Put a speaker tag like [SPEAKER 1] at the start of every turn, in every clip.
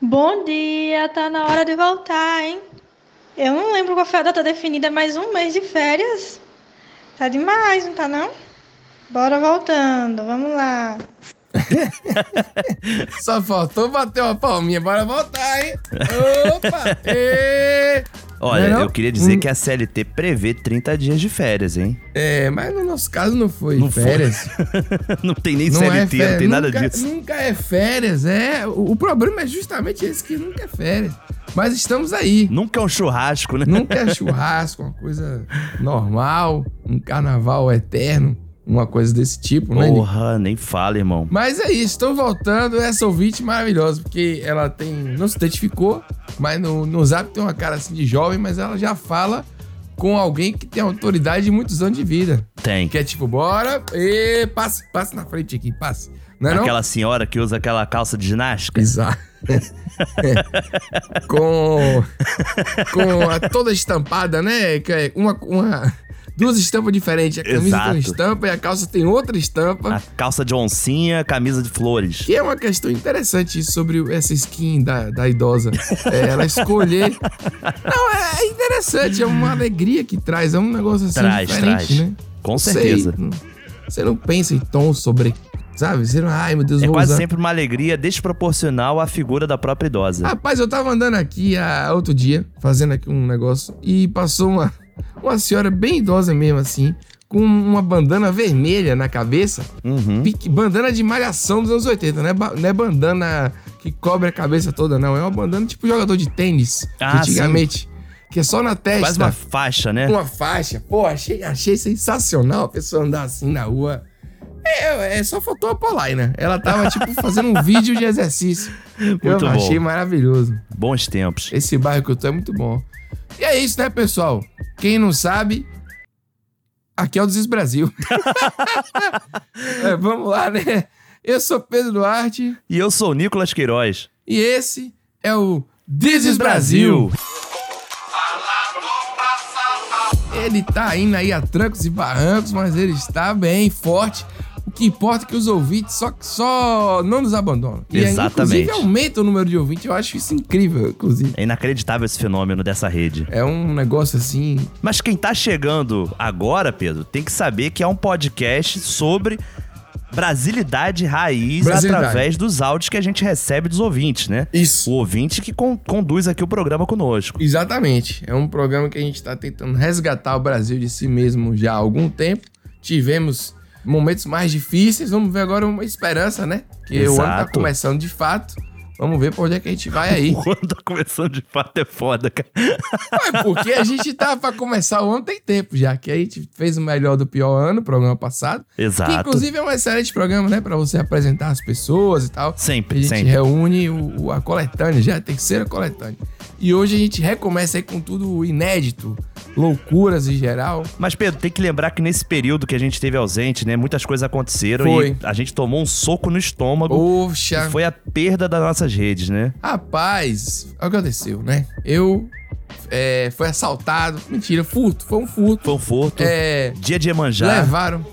[SPEAKER 1] Bom dia, tá na hora de voltar, hein? Eu não lembro qual foi a data definida, mas um mês de férias. Tá demais, não tá não? Bora voltando, vamos lá.
[SPEAKER 2] Só faltou bater uma palminha. Bora voltar, hein? Opa! Ê!
[SPEAKER 3] Olha,
[SPEAKER 2] Não é não?
[SPEAKER 3] eu queria dizer que a CLT prevê 30 dias de férias, hein?
[SPEAKER 2] É, mas no nosso caso não foi
[SPEAKER 3] Não foi.
[SPEAKER 2] férias.
[SPEAKER 3] não tem nem
[SPEAKER 2] Não é
[SPEAKER 3] CLT,
[SPEAKER 2] férias.
[SPEAKER 3] não tem nada
[SPEAKER 2] nunca,
[SPEAKER 3] disso.
[SPEAKER 2] Nunca é férias, é. O, o problema é justamente esse que nunca é férias. Mas estamos aí.
[SPEAKER 3] Nunca é um churrasco, né?
[SPEAKER 2] Nunca é churrasco, uma coisa normal, um carnaval eterno, uma coisa desse tipo, né? Nick?
[SPEAKER 3] Porra, nem fala, irmão.
[SPEAKER 2] Mas é isso, estou voltando. Essa ouvinte maravilhosa, porque ela tem. Não se identificou, mas no, no zap tem uma cara assim de jovem, mas ela já fala com alguém que tem autoridade de muitos anos de vida.
[SPEAKER 3] Tem.
[SPEAKER 2] Que é tipo, bora, e passe, passe na frente aqui, passe. Não é não?
[SPEAKER 3] Aquela senhora que usa aquela calça de ginástica.
[SPEAKER 2] Exato. com com a toda estampada, né? Que é Uma, uma, duas estampas diferentes. A camisa tem uma
[SPEAKER 3] Exato.
[SPEAKER 2] estampa e a calça tem outra estampa.
[SPEAKER 3] A calça de oncinha, camisa de flores.
[SPEAKER 2] Que é uma questão interessante isso sobre essa skin da, da idosa. É, ela escolher. Não, é é interessante, é uma alegria que traz, é um negócio assim
[SPEAKER 3] Traz,
[SPEAKER 2] diferente,
[SPEAKER 3] traz.
[SPEAKER 2] né?
[SPEAKER 3] Com certeza.
[SPEAKER 2] Sei, não- você não pensa em tom sobre. Sabe? Você não. Ai, meu Deus,
[SPEAKER 3] É
[SPEAKER 2] vou
[SPEAKER 3] quase
[SPEAKER 2] usar.
[SPEAKER 3] sempre uma alegria desproporcional à figura da própria idosa.
[SPEAKER 2] Rapaz, eu tava andando aqui há outro dia, fazendo aqui um negócio, e passou uma, uma senhora bem idosa mesmo, assim, com uma bandana vermelha na cabeça.
[SPEAKER 3] Uhum.
[SPEAKER 2] Pique- bandana de malhação dos anos 80, né? Ba- não é bandana que cobre a cabeça toda, não. É uma bandana tipo jogador de tênis,
[SPEAKER 3] Ah,
[SPEAKER 2] antigamente. Que é só na testa.
[SPEAKER 3] Quase uma faixa, né?
[SPEAKER 2] Uma faixa. Pô, achei, achei sensacional a pessoa andar assim na rua. É, é, só faltou a Polaina. Ela tava, tipo, fazendo um vídeo de exercício. Eu
[SPEAKER 3] Muito bom.
[SPEAKER 2] achei maravilhoso.
[SPEAKER 3] Bons tempos.
[SPEAKER 2] Esse bairro que eu tô é muito bom. E é isso, né, pessoal? Quem não sabe, aqui é o Desis Brasil. É, vamos lá, né? Eu sou Pedro Duarte
[SPEAKER 3] E eu sou o Nicolas Queiroz.
[SPEAKER 2] e esse é o Desis Brasil. Ele tá indo aí a trancos e barrancos, mas ele está bem forte. O que importa é que os ouvintes só, só não nos abandonam. E aí,
[SPEAKER 3] Exatamente.
[SPEAKER 2] inclusive, aumenta o número de ouvintes. Eu acho isso incrível, inclusive.
[SPEAKER 3] É inacreditável esse fenômeno dessa rede.
[SPEAKER 2] É um negócio assim
[SPEAKER 3] Mas quem tá chegando agora, Pedro, tem que saber que é um podcast sobre brasilidade raiz
[SPEAKER 2] Brasilidade.
[SPEAKER 3] através dos áudios que a gente recebe dos ouvintes, né?
[SPEAKER 2] Isso.
[SPEAKER 3] O ouvinte que con- conduz aqui o programa conosco.
[SPEAKER 2] Exatamente. É um programa que a gente está tentando resgatar o Brasil de si mesmo já há algum tempo. Tivemos momentos mais difíceis, vamos ver agora uma esperança, né? Que o ano tá
[SPEAKER 3] Exato.
[SPEAKER 2] começando de fato. Vamos ver pra onde é que a gente vai aí.
[SPEAKER 3] Quando tá começando de fato é foda, cara.
[SPEAKER 2] Ué, porque a gente tá pra começar o ano tem tempo já, que a gente fez o melhor do pior ano, programa passado.
[SPEAKER 3] Exato.
[SPEAKER 2] Que inclusive é um excelente programa, né? Pra você apresentar as pessoas e tal. A
[SPEAKER 3] Sempre,
[SPEAKER 2] gente
[SPEAKER 3] sempre.
[SPEAKER 2] reúne o, o- a coletânea, já é a terceira coletânea. E hoje a gente recomeça aí com tudo inédito, loucuras em geral.
[SPEAKER 3] Mas, Pedro, tem que lembrar que nesse período que a gente teve ausente, né? Muitas coisas aconteceram
[SPEAKER 2] Foi.
[SPEAKER 3] e a gente tomou um soco no estômago.
[SPEAKER 2] Poxa,
[SPEAKER 3] E foi a perda das nossas redes, né?
[SPEAKER 2] rapaz, olha o que aconteceu, né? Eu é, fui assaltado, mentira, furto, foi um furto.
[SPEAKER 3] Conforto.
[SPEAKER 2] É,
[SPEAKER 3] Dia de Emanjá.
[SPEAKER 2] levaram,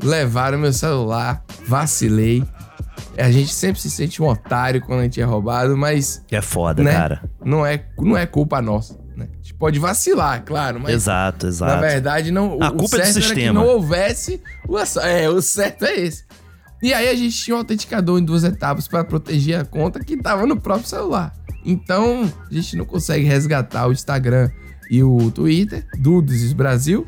[SPEAKER 2] levaram meu celular, vacilei. A gente sempre se sente um otário quando a gente é roubado, mas
[SPEAKER 3] É foda,
[SPEAKER 2] Né?
[SPEAKER 3] cara.
[SPEAKER 2] não é, não é culpa nossa, né? A gente pode vacilar, claro, mas
[SPEAKER 3] exato, exato.
[SPEAKER 2] Na verdade, não. o-
[SPEAKER 3] A
[SPEAKER 2] o
[SPEAKER 3] culpa é do
[SPEAKER 2] certo Era que
[SPEAKER 3] sistema.
[SPEAKER 2] não houvesse. O, ass- é, o certo é esse. E aí a gente tinha um autenticador em duas etapas para proteger a conta que tava no próprio celular. Então, a gente não consegue resgatar o Instagram e o Twitter do Desis Brasil,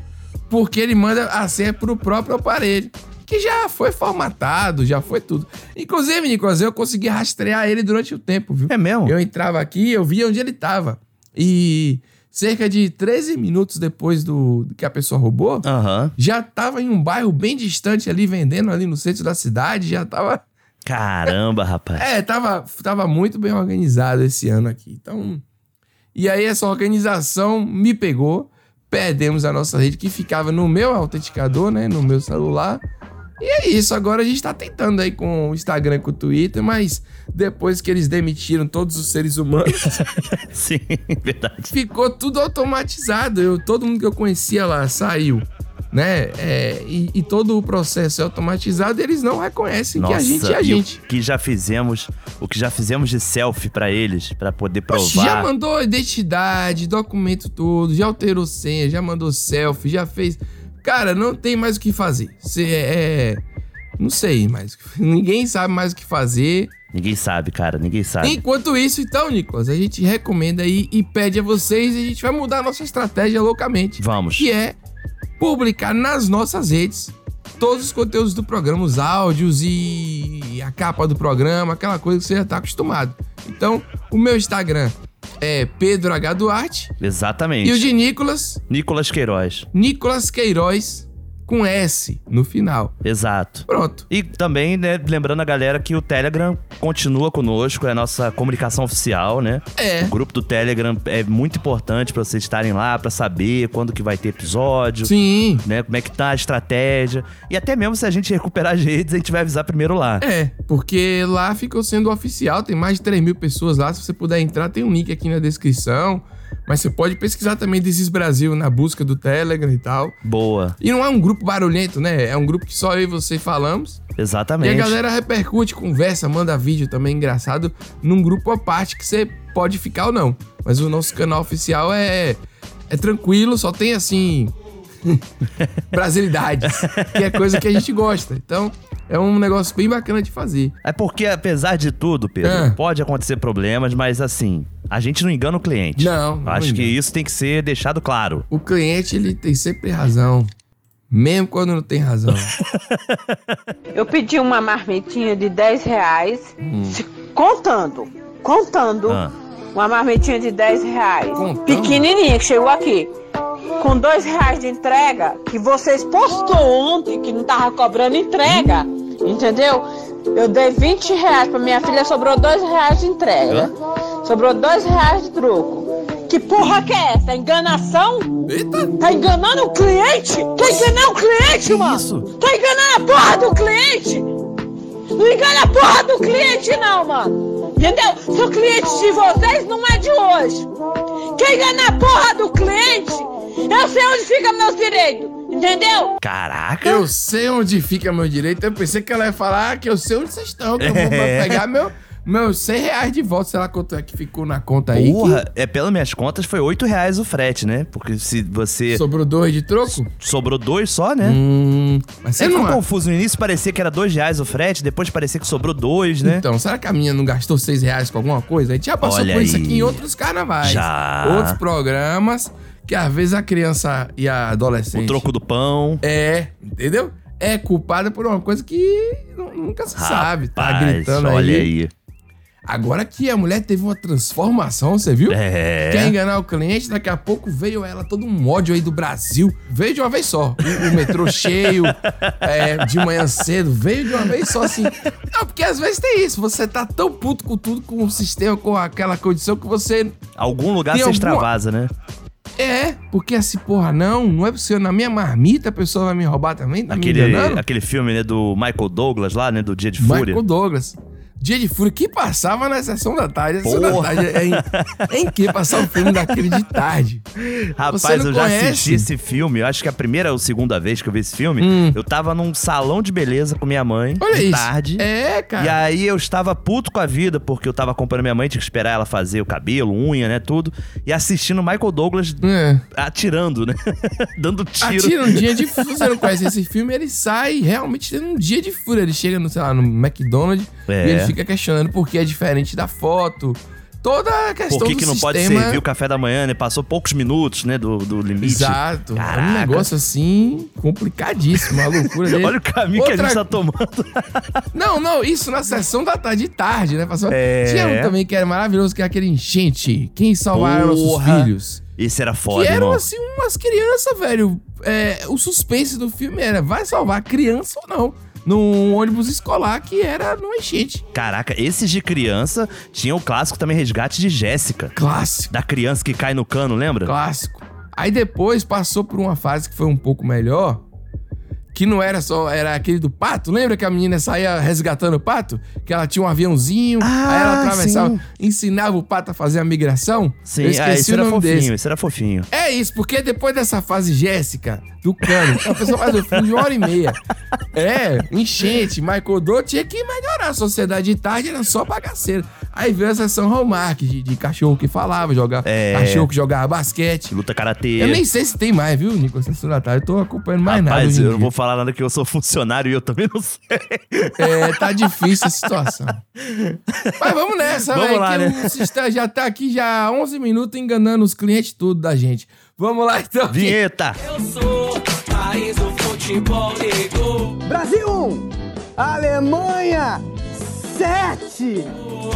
[SPEAKER 2] porque ele manda a senha pro próprio aparelho, que já foi formatado, já foi tudo. Inclusive, Nicolas, eu consegui rastrear ele durante o tempo, viu?
[SPEAKER 3] É mesmo?
[SPEAKER 2] Eu entrava aqui, eu via onde ele tava. E cerca de 13 minutos depois do que a pessoa roubou,
[SPEAKER 3] Aham.
[SPEAKER 2] já tava em um bairro bem distante ali, vendendo ali no centro da cidade, já tava...
[SPEAKER 3] Caramba, rapaz.
[SPEAKER 2] É, tava, tava muito bem organizado esse ano aqui. Então... E aí essa organização me pegou, perdemos a nossa rede que ficava no meu autenticador, né, no meu celular. E é isso, agora a gente tá tentando aí com o Instagram, e com o Twitter, mas depois que eles demitiram todos os seres humanos,
[SPEAKER 3] Sim, verdade.
[SPEAKER 2] ficou tudo automatizado. Eu, todo mundo que eu conhecia lá saiu. né? É, e, e todo o processo é automatizado, eles não reconhecem que a gente é a
[SPEAKER 3] e o
[SPEAKER 2] gente.
[SPEAKER 3] que já fizemos, o que já fizemos de selfie pra eles, pra poder
[SPEAKER 2] Oxe, já
[SPEAKER 3] provar.
[SPEAKER 2] mandou identidade, documento todo, já alterou senha, já mandou selfie, já fez. Cara, não tem mais o que fazer. Você é. é- Não sei mais. o que- Ninguém sabe mais o que fazer.
[SPEAKER 3] Ninguém sabe, cara, ninguém sabe.
[SPEAKER 2] Enquanto isso, então, Nicolas, a gente recomenda aí e pede a vocês e a gente vai mudar a nossa estratégia loucamente.
[SPEAKER 3] Vamos.
[SPEAKER 2] que é publicar nas nossas redes todos os conteúdos do programa, os áudios e a capa do programa, aquela coisa que você já está acostumado. Então, o meu Instagram é Pedro H. Duarte
[SPEAKER 3] Exatamente.
[SPEAKER 2] e o de Nicolas,
[SPEAKER 3] Nicolas Queiroz.
[SPEAKER 2] Nicolas Queiroz com S no final.
[SPEAKER 3] Exato.
[SPEAKER 2] Pronto.
[SPEAKER 3] E também, né, lembrando a galera que o Telegram continua conosco, é a nossa comunicação oficial, né?
[SPEAKER 2] É.
[SPEAKER 3] O grupo do Telegram é muito importante pra vocês estarem lá, pra saber quando que vai ter episódio,
[SPEAKER 2] Sim.
[SPEAKER 3] né? Como é que tá a estratégia. E até mesmo se a gente recuperar as redes, a gente vai avisar primeiro lá.
[SPEAKER 2] É, porque lá ficou sendo oficial, tem mais de 3 mil pessoas lá. Se você puder entrar, tem um link aqui na descrição. Mas você pode pesquisar também Desis Brasil na busca do Telegram e tal.
[SPEAKER 3] Boa.
[SPEAKER 2] E não é um grupo barulhento, né? É um grupo que só eu e você falamos. E
[SPEAKER 3] Exatamente.
[SPEAKER 2] a galera repercute, conversa, manda vídeo também engraçado num grupo à parte que você pode ficar ou não. Mas o nosso canal oficial é é tranquilo, só tem assim brasilidades, que é coisa que a gente gosta. Então, é um negócio bem bacana de fazer.
[SPEAKER 3] É porque, apesar de tudo, Pedro,
[SPEAKER 2] É.
[SPEAKER 3] pode acontecer problemas, mas assim, a gente não engana o cliente.
[SPEAKER 2] Não, não
[SPEAKER 3] Acho que
[SPEAKER 2] engana.
[SPEAKER 3] isso tem que ser deixado claro.
[SPEAKER 2] O cliente ele tem sempre razão, mesmo quando não tem razão.
[SPEAKER 4] Eu pedi uma marmitinha de 10 reais,
[SPEAKER 2] Hum.
[SPEAKER 4] se- contando, contando,
[SPEAKER 3] Ah,
[SPEAKER 4] uma marmitinha de 10 reais,
[SPEAKER 2] Contando?
[SPEAKER 4] pequenininha, que chegou aqui, com 2 reais de entrega, que vocês postou ontem, que não tava cobrando entrega, entendeu? Eu dei 20 reais pra minha filha, sobrou 2 reais de entrega, sobrou 2 reais de troco. Que porra que é essa? Enganação?
[SPEAKER 2] Eita,
[SPEAKER 4] Tá enganando o cliente? Tá enganando o cliente, mano?
[SPEAKER 3] isso?
[SPEAKER 4] Tá enganando a porra do cliente? Não engana a porra do cliente, não, mano. Entendeu? Se o cliente de vocês não é de hoje. Quem engana a porra do cliente, eu sei onde fica meus direitos. Entendeu?
[SPEAKER 3] caraca!
[SPEAKER 2] eu sei onde fica meu direito. Eu pensei que ela ia falar que eu sei onde vocês estão, que eu vou
[SPEAKER 3] É.
[SPEAKER 2] pegar meu, meus 100 reais de volta, sei lá quanto é que ficou na conta aí.
[SPEAKER 3] Porra, é, pelas minhas contas foi 8 reais o frete, né? Porque se
[SPEAKER 2] que
[SPEAKER 3] você
[SPEAKER 2] sobrou dois de troco?
[SPEAKER 3] sobrou dois só, né?
[SPEAKER 2] Hum, mas
[SPEAKER 3] Você
[SPEAKER 2] você não
[SPEAKER 3] ficou
[SPEAKER 2] acha?
[SPEAKER 3] confuso no início, parecia que era dois reais o frete, depois parecia que sobrou dois, né?
[SPEAKER 2] Então, será que a minha não gastou 6 reais com alguma coisa? A gente já passou
[SPEAKER 3] Olha
[SPEAKER 2] por isso aqui
[SPEAKER 3] aí.
[SPEAKER 2] em outros carnavais.
[SPEAKER 3] Já.
[SPEAKER 2] Outros programas que às vezes a criança e a adolescente.
[SPEAKER 3] o troco do pão.
[SPEAKER 2] É, entendeu? É culpada por uma coisa que nu- nunca se sabe. Tá
[SPEAKER 3] Rapaz,
[SPEAKER 2] gritando
[SPEAKER 3] olha
[SPEAKER 2] aí.
[SPEAKER 3] aí.
[SPEAKER 2] Agora que a mulher teve uma transformação, você viu?
[SPEAKER 3] É.
[SPEAKER 2] Quer enganar o cliente, daqui a pouco veio ela todo um ódio aí do Brasil. Veio de uma vez só. O, o metrô cheio, é, de manhã cedo, veio de uma vez só assim. Não, porque às vezes tem isso. Você tá tão puto com tudo, com o sistema, com aquela condição que você.
[SPEAKER 3] Algum lugar
[SPEAKER 2] Tem
[SPEAKER 3] você
[SPEAKER 2] alguma-
[SPEAKER 3] extravasa, né?
[SPEAKER 2] É, porque assim, porra, não, não é possível. Na minha marmita a pessoa vai me roubar também? Tá
[SPEAKER 3] Aquele,
[SPEAKER 2] me enganando?
[SPEAKER 3] aquele filme, né, do Michael Douglas lá, né? Do Dia de Fúria.
[SPEAKER 2] Michael Douglas. Dia de Fúria que passava na sessão da tarde. A sessão da
[SPEAKER 3] Porra.
[SPEAKER 2] tarde é em, é em que passar o filme daquele de tarde. Você
[SPEAKER 3] Rapaz,
[SPEAKER 2] não
[SPEAKER 3] eu já
[SPEAKER 2] conhece?
[SPEAKER 3] assisti esse filme. Eu acho que é a primeira ou segunda vez que eu vi esse filme,
[SPEAKER 2] Hum.
[SPEAKER 3] eu tava num salão de beleza com minha mãe
[SPEAKER 2] Olha
[SPEAKER 3] de
[SPEAKER 2] isso.
[SPEAKER 3] tarde.
[SPEAKER 2] É,
[SPEAKER 3] E
[SPEAKER 2] cara.
[SPEAKER 3] aí eu estava puto com a vida, porque eu tava acompanhando minha mãe, tinha que esperar ela fazer o cabelo, unha, né, tudo. E assistindo Michael Douglas
[SPEAKER 2] É.
[SPEAKER 3] atirando, né? Dando tiro.
[SPEAKER 2] Atira um dia de fúria. Você não conhece esse filme, ele sai realmente tendo um dia de fúria. Ele chega, no, sei lá, no McDonald's
[SPEAKER 3] É.
[SPEAKER 2] e ele fica questionando por que é diferente da foto. Toda a questão
[SPEAKER 3] Por que,
[SPEAKER 2] do
[SPEAKER 3] que não
[SPEAKER 2] sistema...
[SPEAKER 3] pode servir o café da manhã, né? Passou poucos minutos, né, do, do limite.
[SPEAKER 2] Exato. É um
[SPEAKER 3] Caraca.
[SPEAKER 2] negócio assim complicadíssimo, uma loucura dele.
[SPEAKER 3] Olha o caminho que a
[SPEAKER 2] Outra
[SPEAKER 3] gente tá tomando.
[SPEAKER 2] Não, não, isso na sessão da tarde de tarde, né? Passou...
[SPEAKER 3] É.
[SPEAKER 2] Tinha um também que era maravilhoso, que era aquele enchente. Quem salvaram nossos
[SPEAKER 3] Porra.
[SPEAKER 2] filhos?
[SPEAKER 3] Esse era foda,
[SPEAKER 2] que eram
[SPEAKER 3] irmão.
[SPEAKER 2] assim umas crianças, velho. É, o suspense do filme era: vai salvar a criança ou não? Num ônibus escolar que era no enchente.
[SPEAKER 3] Caraca, esses de criança tinha o clássico também resgate de Jéssica.
[SPEAKER 2] Clássico,
[SPEAKER 3] Da criança que cai no cano, lembra?
[SPEAKER 2] clássico. Aí depois passou por uma fase que foi um pouco melhor. Que não era só, era aquele do pato. Lembra que a menina saía resgatando o pato? Que ela tinha um aviãozinho,
[SPEAKER 3] Ah,
[SPEAKER 2] aí ela atravessava,
[SPEAKER 3] sim.
[SPEAKER 2] ensinava o pato a fazer a migração.
[SPEAKER 3] Sim,
[SPEAKER 2] eu
[SPEAKER 3] ah,
[SPEAKER 2] esqueci
[SPEAKER 3] isso
[SPEAKER 2] o
[SPEAKER 3] era
[SPEAKER 2] nome
[SPEAKER 3] fofinho,
[SPEAKER 2] desse.
[SPEAKER 3] isso era fofinho.
[SPEAKER 2] É isso, porque depois dessa fase Jéssica do cano, a pessoa faz o filme de uma hora e meia. É, enchente, Michael Doe tinha que melhorar. A sociedade de tarde era só bagaceira. Aí veio a sessão Hallmark de, de cachorro que falava, jogava,
[SPEAKER 3] É.
[SPEAKER 2] cachorro que jogava basquete.
[SPEAKER 3] Luta karatê.
[SPEAKER 2] Eu nem sei se tem mais, viu, Nico? Sessão da tarde. Eu tô acompanhando mais nada.
[SPEAKER 3] Rapaz,
[SPEAKER 2] hoje em
[SPEAKER 3] eu não
[SPEAKER 2] dia.
[SPEAKER 3] vou falar nada que eu sou funcionário e eu também não sei.
[SPEAKER 2] É, tá difícil a situação. Mas vamos nessa,
[SPEAKER 3] Vamos
[SPEAKER 2] velho.
[SPEAKER 3] lá,
[SPEAKER 2] que
[SPEAKER 3] né?
[SPEAKER 2] o sistema já tá aqui já há 11 minutos enganando os clientes tudo da gente. Vamos lá, então. que-
[SPEAKER 3] Vinheta!
[SPEAKER 5] Eu sou país do futebol ligou.
[SPEAKER 6] Brasil 1, Alemanha 7.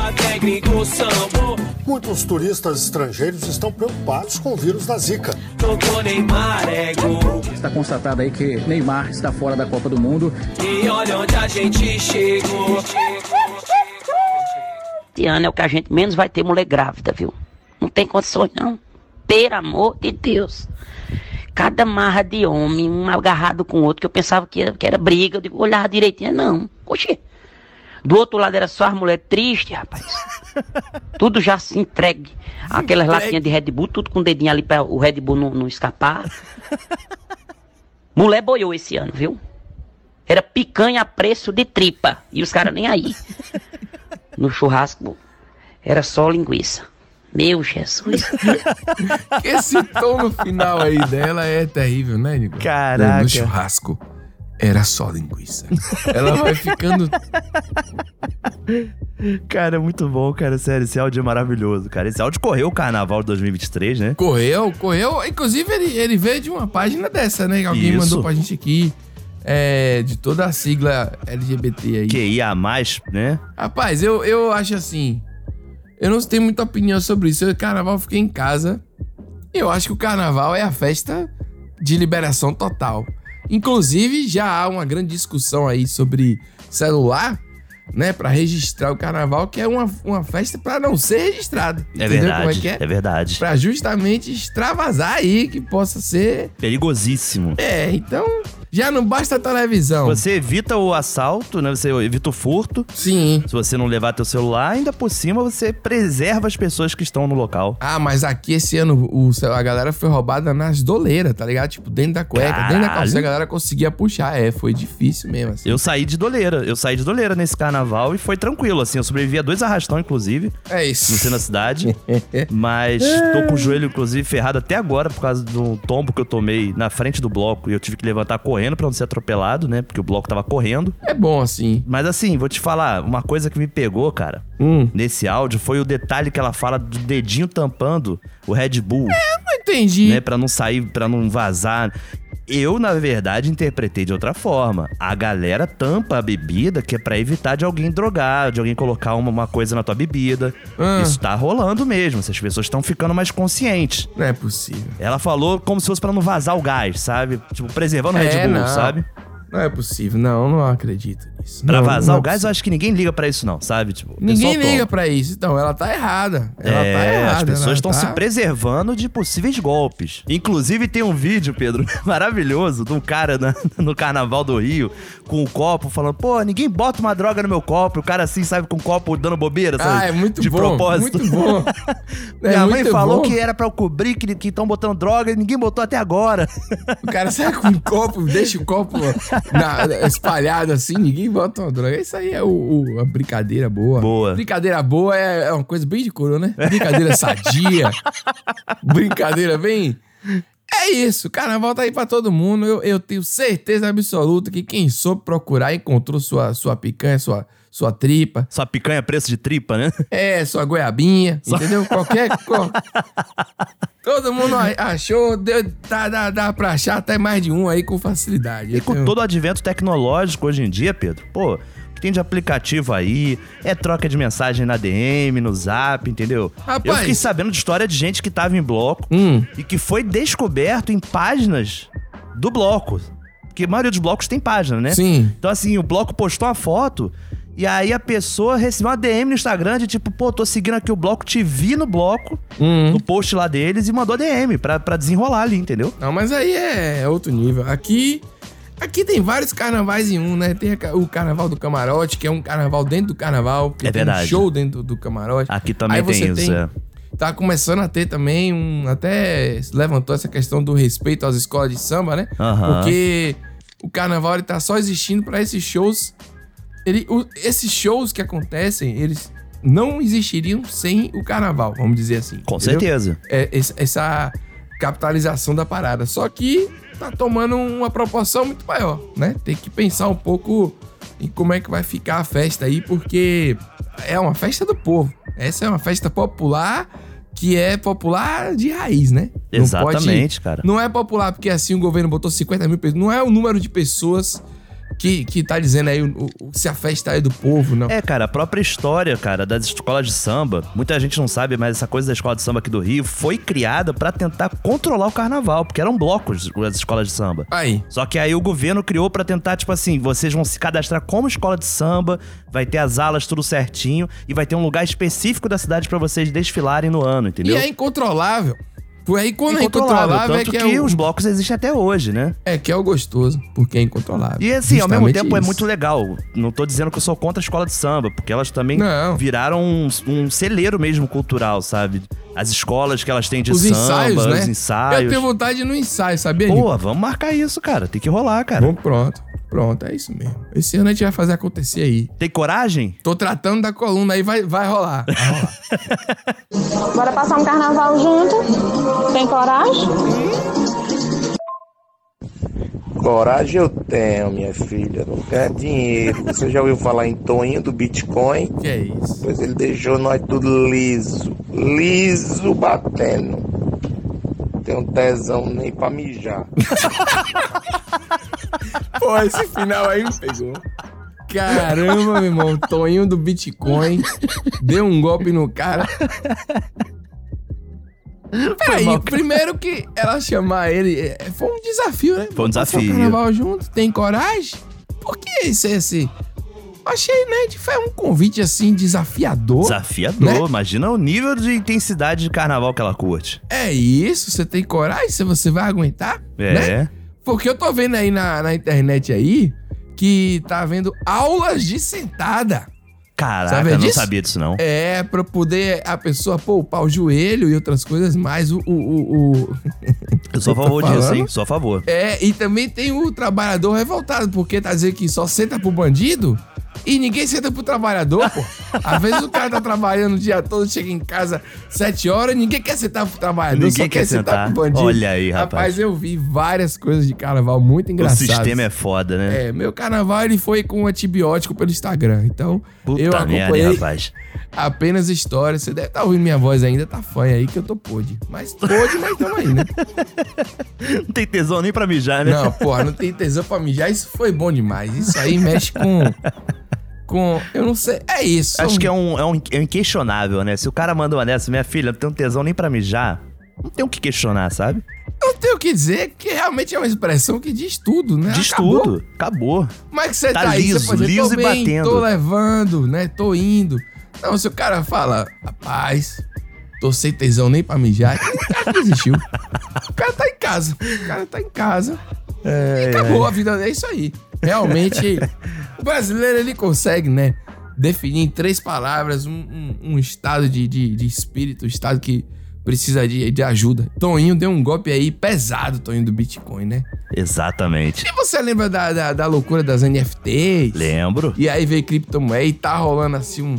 [SPEAKER 5] Até gringo sambou.
[SPEAKER 7] Muitos turistas estrangeiros estão preocupados com o vírus da Zika.
[SPEAKER 5] Tocou Neymar é gol.
[SPEAKER 8] Está constatado aí que Neymar está fora da Copa do Mundo.
[SPEAKER 5] E olha onde a gente chegou.
[SPEAKER 9] Esse ano é o que a gente menos vai ter mulher grávida, viu? Não tem condições, não. Pelo amor de Deus. Cada marra de homem, um agarrado com o outro, que eu pensava que era, que era briga, eu digo, olhava direitinho, não. Oxê. Do outro lado era só as mulheres tristes, rapaz. tudo já se entregue. Aquelas latinhas de Red Bull, tudo com o dedinho ali para o Red Bull não, não escapar. Mulher boiou esse ano, viu? Era picanha a preço de tripa. E os caras nem aí no churrasco era só linguiça. Meu Jesus.
[SPEAKER 2] Esse tom no final aí dela é terrível, né, Nico?
[SPEAKER 3] Caraca.
[SPEAKER 2] No churrasco era só linguiça. Ela vai ficando.
[SPEAKER 3] Cara, é muito bom, cara. Sério, esse áudio é maravilhoso, cara. Esse áudio correu o carnaval de 2023, né?
[SPEAKER 2] Correu, correu. Inclusive, ele, ele veio de uma página dessa, né? Que alguém
[SPEAKER 3] Isso.
[SPEAKER 2] mandou pra gente aqui. É, de toda a sigla LGBT aí.
[SPEAKER 3] QIA, né?
[SPEAKER 2] Rapaz, eu, eu acho assim. Eu não tenho muita opinião sobre isso. Eu, carnaval, eu fiquei em casa. Eu acho que o carnaval é a festa de liberação total. Inclusive, já há uma grande discussão aí sobre celular, né? Pra registrar o carnaval, que é uma, uma festa pra não ser registrada.
[SPEAKER 3] É
[SPEAKER 2] Entendeu
[SPEAKER 3] verdade.
[SPEAKER 2] como é que
[SPEAKER 3] é?
[SPEAKER 2] é?
[SPEAKER 3] verdade.
[SPEAKER 2] Pra justamente extravasar aí que possa ser.
[SPEAKER 3] Perigosíssimo.
[SPEAKER 2] É, então. Já não basta a televisão.
[SPEAKER 3] Você evita o assalto, né? Você evita o furto.
[SPEAKER 2] Sim.
[SPEAKER 3] Se você não levar teu celular, ainda por cima você preserva as pessoas que estão no local.
[SPEAKER 2] Ah, mas aqui esse ano o, cel- a galera foi roubada nas doleiras, tá ligado? Tipo, dentro da cueca, dentro da
[SPEAKER 3] Caralho.
[SPEAKER 2] calça, a galera conseguia puxar. É, foi difícil mesmo, assim.
[SPEAKER 3] Eu saí de doleira. Eu saí de doleira nesse carnaval e foi tranquilo, assim. Eu sobrevivi a dois arrastão, inclusive,
[SPEAKER 2] É
[SPEAKER 3] no
[SPEAKER 2] isso.
[SPEAKER 3] centro da cidade. Mas tô com o joelho, inclusive, ferrado até agora por causa de um tombo que eu tomei na frente do bloco. E eu tive que levantar correndo pra não ser atropelado, né? Porque o bloco tava correndo.
[SPEAKER 2] É bom, assim.
[SPEAKER 3] Mas assim, vou te falar, uma coisa que me pegou, cara,
[SPEAKER 2] Hum.
[SPEAKER 3] nesse áudio foi o detalhe que ela fala do dedinho tampando o Red Bull,
[SPEAKER 2] É, Não entendi.
[SPEAKER 3] né, Pra não sair, pra não vazar. Eu, na verdade, interpretei de outra forma. A galera tampa a bebida que é pra evitar de alguém drogar, de alguém colocar uma, uma coisa na tua bebida.
[SPEAKER 2] Ah.
[SPEAKER 3] Isso tá rolando mesmo, essas pessoas estão ficando mais conscientes.
[SPEAKER 2] Não é possível.
[SPEAKER 3] Ela falou como se fosse pra não vazar o gás, sabe? Tipo, preservando o Red
[SPEAKER 2] É,
[SPEAKER 3] Bull,
[SPEAKER 2] não.
[SPEAKER 3] sabe?
[SPEAKER 2] Não é possível. Não, não acredito nisso.
[SPEAKER 3] Pra
[SPEAKER 2] Não,
[SPEAKER 3] vazar
[SPEAKER 2] não é
[SPEAKER 3] o gás, eu
[SPEAKER 2] possível.
[SPEAKER 3] acho que ninguém liga pra isso não, sabe? Tipo, o
[SPEAKER 2] Ninguém
[SPEAKER 3] pessoal
[SPEAKER 2] liga
[SPEAKER 3] toma.
[SPEAKER 2] pra isso. Então, ela tá errada. Ela
[SPEAKER 3] é,
[SPEAKER 2] tá errada.
[SPEAKER 3] as
[SPEAKER 2] ela
[SPEAKER 3] pessoas estão
[SPEAKER 2] tá-
[SPEAKER 3] se preservando de possíveis golpes. Inclusive, tem um vídeo, Pedro, maravilhoso, de um cara na- no Carnaval do Rio, com o copo, falando, pô, ninguém bota uma droga no meu copo. E O cara assim, sabe, com o copo dando bobeira, sabe?
[SPEAKER 2] Ah, é muito
[SPEAKER 3] de
[SPEAKER 2] bom.
[SPEAKER 3] propósito.
[SPEAKER 2] Muito bom. É
[SPEAKER 3] Minha mãe
[SPEAKER 2] muito
[SPEAKER 3] falou
[SPEAKER 2] bom.
[SPEAKER 3] que era pra eu cobrir, que estão botando droga e ninguém botou até agora.
[SPEAKER 2] O cara sai com um copo, deixa o copo na- espalhado assim, ninguém bota uma droga. Isso aí é o, o- a brincadeira boa.
[SPEAKER 3] Boa.
[SPEAKER 2] Brincadeira boa é, é uma coisa bem de coro, né? Brincadeira sadia. brincadeira bem. É isso, carnaval tá aí pra todo mundo. Eu, eu tenho certeza absoluta que quem soube procurar encontrou sua, sua picanha, sua, sua tripa,
[SPEAKER 3] Só picanha preço de tripa, né?
[SPEAKER 2] é, sua goiabinha, entendeu? Qualquer coisa. Todo mundo a- achou, deu, dá, dá, dá pra achar até mais de um aí com facilidade.
[SPEAKER 3] E com
[SPEAKER 2] Então,
[SPEAKER 3] todo o advento tecnológico hoje em dia, Pedro, pô, o que tem de aplicativo aí, é troca de mensagem na DM, no zap, entendeu? Eu
[SPEAKER 2] Rapaz.
[SPEAKER 3] fiquei sabendo de história de gente que tava em bloco
[SPEAKER 2] Hum,
[SPEAKER 3] e que foi descoberto em páginas do bloco. Porque a maioria dos blocos tem página, né?
[SPEAKER 2] sim.
[SPEAKER 3] Então, assim, o bloco postou uma foto e aí a pessoa recebeu uma DM no Instagram de tipo, pô, tô seguindo aqui o bloco, te vi no bloco,
[SPEAKER 2] Hum.
[SPEAKER 3] no post lá
[SPEAKER 2] é,
[SPEAKER 3] deles e mandou DM pra, pra desenrolar ali, entendeu?
[SPEAKER 2] Não, mas aí é outro nível. Aqui Aqui tem vários carnavais em um, né? Tem a ca- o carnaval do camarote, que é um carnaval dentro do carnaval. Que
[SPEAKER 3] É
[SPEAKER 2] tem
[SPEAKER 3] verdade.
[SPEAKER 2] Um show dentro do camarote.
[SPEAKER 3] Aqui também
[SPEAKER 2] Aí você
[SPEAKER 3] tem isso,
[SPEAKER 2] tem-
[SPEAKER 3] é.
[SPEAKER 2] Tá começando a ter também um. Até se levantou essa questão do respeito às escolas de samba, né?
[SPEAKER 3] Aham.
[SPEAKER 2] Porque o carnaval ele tá só existindo pra esses shows. Ele, o- esses shows que acontecem, eles não existiriam sem o carnaval, vamos dizer assim.
[SPEAKER 3] Com
[SPEAKER 2] entendeu?
[SPEAKER 3] certeza.
[SPEAKER 2] é, esse- essa capitalização da parada. Só que tá tomando uma proporção muito maior, né? Tem que pensar um pouco em como é que vai ficar a festa aí, porque é uma festa do povo. Essa é uma festa popular que é popular de raiz, né? Não pode-
[SPEAKER 3] Exatamente, cara.
[SPEAKER 2] não é popular porque assim o governo botou 50 mil pessoas. Não é o número de pessoas que, que tá dizendo aí o- o- se a festa é do povo, não.
[SPEAKER 3] É, cara, a própria história, cara, das escolas de samba, muita gente não sabe, mas essa coisa da escola de samba aqui do Rio foi criada pra tentar controlar o carnaval, porque eram blocos as escolas de samba.
[SPEAKER 2] Aí.
[SPEAKER 3] Só que aí o governo criou pra tentar, tipo assim, vocês vão se cadastrar como escola de samba, vai ter as alas tudo certinho e vai ter um lugar específico da cidade pra vocês desfilarem no ano, entendeu?
[SPEAKER 2] E é incontrolável. Por aí quando é
[SPEAKER 3] Incontrolável,
[SPEAKER 2] incontrolável é
[SPEAKER 3] tanto
[SPEAKER 2] que,
[SPEAKER 3] que,
[SPEAKER 2] é o,
[SPEAKER 3] os blocos existem até hoje, né?
[SPEAKER 2] É, que é o gostoso, porque é incontrolável.
[SPEAKER 3] E assim, ao mesmo
[SPEAKER 2] Justamente
[SPEAKER 3] tempo é
[SPEAKER 2] isso.
[SPEAKER 3] muito legal. Não tô dizendo que eu sou contra a escola de samba, porque elas também
[SPEAKER 2] Não.
[SPEAKER 3] viraram um, um celeiro mesmo cultural, sabe? As escolas que elas têm de
[SPEAKER 2] Os
[SPEAKER 3] samba,
[SPEAKER 2] ensaios, né?
[SPEAKER 3] os ensaios.
[SPEAKER 2] Eu tenho vontade de ir no ensaio, sabia, Nico?
[SPEAKER 3] Pô, vamos marcar isso, cara. Tem que rolar, cara.
[SPEAKER 2] Bom, pronto. Pronto, é isso mesmo. Esse ano a gente vai fazer acontecer aí.
[SPEAKER 3] Tem coragem?
[SPEAKER 2] Tô tratando da coluna aí, vai, vai rolar. Vai rolar.
[SPEAKER 4] Bora passar um carnaval junto? Tem coragem?
[SPEAKER 10] Coragem eu tenho, minha filha. Não quero dinheiro. Você já ouviu falar em Toninho do Bitcoin?
[SPEAKER 2] que é isso?
[SPEAKER 10] Pois ele deixou nós tudo liso. Liso batendo. Tem um tesão nem pra mijar.
[SPEAKER 2] Pô, esse final aí me pegou. Caramba, meu irmão. Toninho do Bitcoin. Deu um golpe no cara. Peraí,
[SPEAKER 3] mal, cara.
[SPEAKER 2] primeiro que ela chamar ele. é, Foi um desafio, né?
[SPEAKER 3] Foi um
[SPEAKER 2] Passar o
[SPEAKER 3] desafio.
[SPEAKER 2] carnaval junto, tem coragem? Por que isso é assim? Achei, né? de- Foi um convite assim desafiador.
[SPEAKER 3] Desafiador.
[SPEAKER 2] Né?
[SPEAKER 3] Imagina o nível de intensidade de carnaval que ela curte.
[SPEAKER 2] é isso, você tem coragem? Se você vai aguentar?
[SPEAKER 3] É.
[SPEAKER 2] Né? Porque eu tô vendo aí na, na internet aí que tá havendo aulas de sentada.
[SPEAKER 3] Caraca,
[SPEAKER 2] Sabia
[SPEAKER 3] eu não
[SPEAKER 2] disso?
[SPEAKER 3] sabia disso, não.
[SPEAKER 2] É, pra poder a pessoa poupar o joelho e outras coisas mais. O, o, o- o-
[SPEAKER 3] Eu sou a
[SPEAKER 2] Tá
[SPEAKER 3] favor disso,
[SPEAKER 2] falando?
[SPEAKER 3] hein? Sou a favor.
[SPEAKER 2] É, e também tem o trabalhador revoltado, porque tá dizendo que só senta pro bandido e ninguém senta pro trabalhador, pô. Às vezes o cara tá trabalhando o dia todo, chega em casa sete horas, ninguém quer sentar pro trabalhador,
[SPEAKER 3] Ninguém
[SPEAKER 2] só
[SPEAKER 3] quer
[SPEAKER 2] quer sentar
[SPEAKER 3] sentar.
[SPEAKER 2] pro bandido.
[SPEAKER 3] Olha aí, rapaz.
[SPEAKER 2] Rapaz, eu vi várias coisas de carnaval muito
[SPEAKER 3] O
[SPEAKER 2] engraçadas.
[SPEAKER 3] sistema é foda, né?
[SPEAKER 2] É, meu carnaval ele foi com antibiótico pelo Instagram. Então,
[SPEAKER 3] Puta
[SPEAKER 2] eu
[SPEAKER 3] merda,
[SPEAKER 2] acompanhei
[SPEAKER 3] hein, rapaz.
[SPEAKER 2] apenas histórias. Você deve estar ouvindo minha voz ainda, tá fanha aí que eu tô podre. Mas podre, mas tamo aí, né?
[SPEAKER 3] Não tem tesão nem pra mijar, né?
[SPEAKER 2] Não, porra, não tem tesão pra mijar. Isso foi bom demais. Isso aí mexe com. Com. Eu não sei. É isso.
[SPEAKER 3] Acho que é um, é um é um inquestionável, né? Se o cara manda uma dessa, minha filha, não tem um tesão nem pra mijar, não tem o que questionar, sabe?
[SPEAKER 2] Não tenho o que dizer, porque realmente é uma expressão que diz tudo, né?
[SPEAKER 3] Diz
[SPEAKER 2] Acabou.
[SPEAKER 3] tudo. Acabou.
[SPEAKER 2] Como é que você
[SPEAKER 3] Tá
[SPEAKER 2] tá, aí?
[SPEAKER 3] liso,
[SPEAKER 2] você pode dizer,
[SPEAKER 3] liso
[SPEAKER 2] tô
[SPEAKER 3] e batendo.
[SPEAKER 2] Tô levando, né? Tô indo. Não, se o cara fala, rapaz, tô sem tesão nem pra mijar, o cara desistiu. O cara tá em casa. O cara tá em casa. e acabou a vida. É isso aí. Realmente, o brasileiro, ele consegue, né? Definir em três palavras um, um- um estado de, de, de espírito, um estado que precisa de, de ajuda. Toninho deu um golpe aí pesado, Toninho do Bitcoin, né?
[SPEAKER 3] Exatamente.
[SPEAKER 2] E você lembra da, da, da loucura das NFTs?
[SPEAKER 3] Lembro.
[SPEAKER 2] E aí veio criptomoeda e tá rolando assim um,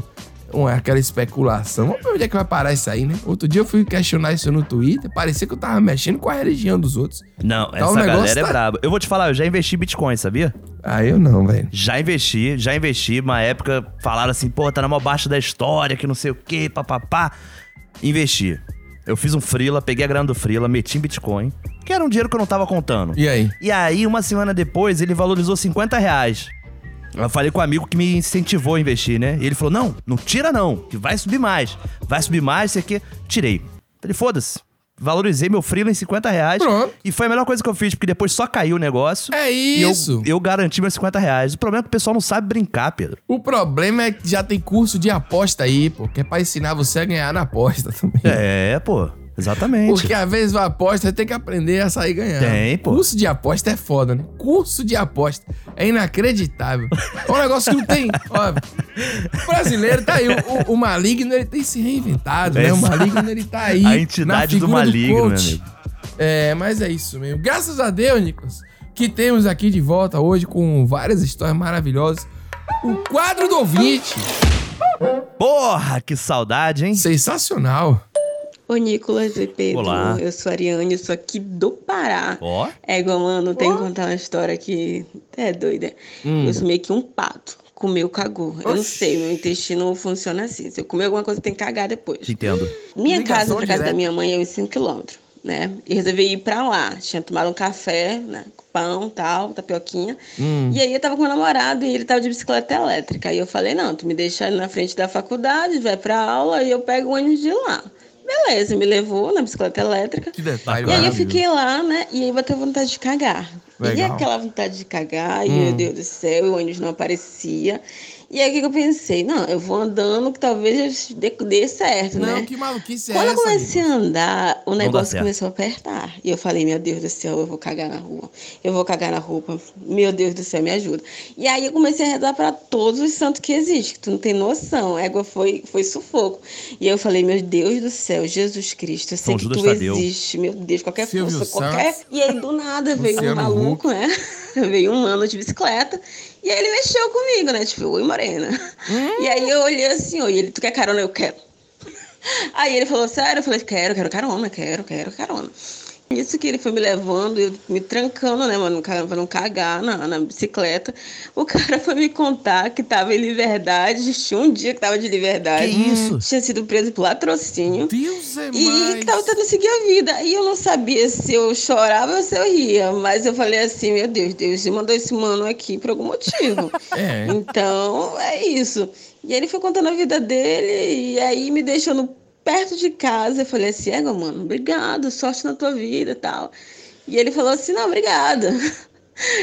[SPEAKER 2] um- aquela especulação. Vamos ver onde é que vai parar isso aí, né? Outro dia eu fui questionar isso no Twitter, parecia que eu tava mexendo com a religião dos outros.
[SPEAKER 3] Não,
[SPEAKER 2] o
[SPEAKER 3] essa
[SPEAKER 2] negócio
[SPEAKER 3] galera é
[SPEAKER 2] tá-
[SPEAKER 3] braba. Eu vou te falar, eu já investi em Bitcoin, sabia?
[SPEAKER 2] Ah, eu não, velho.
[SPEAKER 3] Já investi, já investi. Uma época falaram assim, pô, tá na maior baixa da história, que não sei o quê, papapá. Investi. Eu fiz um Freela, peguei a grana do Freela, meti em Bitcoin, que era um dinheiro que eu não tava contando.
[SPEAKER 2] E aí?
[SPEAKER 3] E aí, uma semana depois, ele valorizou 50 reais. Eu falei com um amigo que me incentivou a investir, né? E ele falou: não, não tira não, que vai subir mais. Vai subir mais, sei o quê. Tirei. Falei, foda-se. Valorizei meu freela em 50 reais.
[SPEAKER 2] Pronto.
[SPEAKER 3] E foi a melhor coisa que eu fiz, porque depois só caiu o negócio.
[SPEAKER 2] É
[SPEAKER 3] E eu-
[SPEAKER 2] isso.
[SPEAKER 3] eu, garanti meus 50 reais. O problema é que o pessoal não sabe brincar, Pedro.
[SPEAKER 2] O problema é que já tem curso de aposta aí, pô, que é pra ensinar você a ganhar na aposta também.
[SPEAKER 3] É, pô. Exatamente.
[SPEAKER 2] Porque às vezes a aposta tem que aprender a sair ganhando.
[SPEAKER 3] Tem, pô.
[SPEAKER 2] Curso de aposta é foda, né? Curso de aposta é inacreditável. É um negócio que não tem. Ó, o brasileiro tá aí. O, o- o maligno ele tem se reinventado, né? O
[SPEAKER 3] Exato.
[SPEAKER 2] maligno ele tá aí.
[SPEAKER 3] A entidade
[SPEAKER 2] na
[SPEAKER 3] do
[SPEAKER 2] figura
[SPEAKER 3] maligno, meu
[SPEAKER 2] coach.
[SPEAKER 3] amigo.
[SPEAKER 2] É, mas é isso mesmo. Graças a Deus, Nicolas, que temos aqui de volta hoje com várias histórias maravilhosas. O quadro do ouvinte.
[SPEAKER 3] Porra, que saudade, hein?
[SPEAKER 2] Sensacional.
[SPEAKER 11] Ô, Nicolas e Pedro.
[SPEAKER 3] Olá.
[SPEAKER 11] Eu sou a Ariane, eu sou aqui do Pará.
[SPEAKER 3] Ó.
[SPEAKER 11] É igual, mano, tem que contar uma história que é doida.
[SPEAKER 3] Hum.
[SPEAKER 11] Eu sou meio que um pato. Comeu, cagou. Eu não
[SPEAKER 3] Oxi.
[SPEAKER 11] sei, meu intestino funciona assim. Se eu comer alguma coisa, tem que cagar depois.
[SPEAKER 3] Te entendo.
[SPEAKER 11] Minha
[SPEAKER 3] Ligação
[SPEAKER 11] casa, pra casa da
[SPEAKER 3] direta.
[SPEAKER 11] minha mãe, é uns 5 quilômetros, né? E resolvi ir pra lá. Tinha tomado um café, né? com Pão, tal, tapioquinha.
[SPEAKER 3] Hum.
[SPEAKER 4] Hum.
[SPEAKER 11] E aí eu tava com meu namorado e ele tava de bicicleta elétrica. Aí eu falei, não, tu me deixa ali na frente da faculdade, vai pra aula e eu pego o ônibus de lá. Beleza, me levou na bicicleta elétrica.
[SPEAKER 2] Que detalhe,
[SPEAKER 11] E aí eu
[SPEAKER 2] maravilhoso.
[SPEAKER 11] fiquei lá, né? E aí bateu vontade de cagar. E
[SPEAKER 2] Legal.
[SPEAKER 11] aquela vontade de cagar, e
[SPEAKER 2] Hum.
[SPEAKER 11] meu Deus do céu, e o ônibus não aparecia. E aí o que que eu pensei? Não, eu vou andando que talvez eu dê, dê certo,
[SPEAKER 2] Não,
[SPEAKER 11] né?
[SPEAKER 2] que maluquice é
[SPEAKER 11] Quando eu
[SPEAKER 2] essa?
[SPEAKER 11] comecei a andar, o
[SPEAKER 2] dá
[SPEAKER 11] negócio
[SPEAKER 2] certo.
[SPEAKER 11] começou a apertar. E eu falei, meu Deus do céu, eu vou cagar na rua. Eu vou cagar na roupa. Meu Deus do céu, me ajuda. E aí eu comecei a rezar para todos os santos que existem. que Tu não tem noção. A égua foi, foi sufoco. E eu falei, meu Deus do céu, Jesus Cristo, eu sei
[SPEAKER 3] São
[SPEAKER 11] que
[SPEAKER 3] Judas
[SPEAKER 11] tu
[SPEAKER 3] Tadeu.
[SPEAKER 11] existe. Meu Deus, qualquer
[SPEAKER 3] Silvio
[SPEAKER 11] força,
[SPEAKER 3] Santos.
[SPEAKER 11] qualquer... E aí do nada veio
[SPEAKER 3] Luciano
[SPEAKER 11] um maluco, né? veio um mano de bicicleta. E aí ele mexeu comigo, né? Tipo, oi, morena.
[SPEAKER 3] Hum.
[SPEAKER 11] E aí eu olhei assim, oi, ele, tu quer carona? Eu quero. Aí ele falou, sério? Eu falei, quero, quero carona, quero, quero carona. Isso que ele foi me levando, eu me trancando, né, mano, ca- pra não cagar na, na bicicleta. O cara foi me contar que tava em liberdade, tinha um dia que tava de liberdade.
[SPEAKER 3] Que isso?
[SPEAKER 11] Tinha sido preso por latrocínio.
[SPEAKER 2] Deus é
[SPEAKER 11] E que tava tentando seguir a vida. E eu não sabia se eu chorava ou se eu ria. Mas eu falei assim, meu Deus, Deus mandou esse mano aqui por algum motivo.
[SPEAKER 2] É.
[SPEAKER 11] Então, é isso. E ele foi contando a vida dele, e aí me deixando perto de casa. Eu falei assim, égua, mano, obrigado, sorte na tua vida e tal. E ele falou assim, não, obrigada.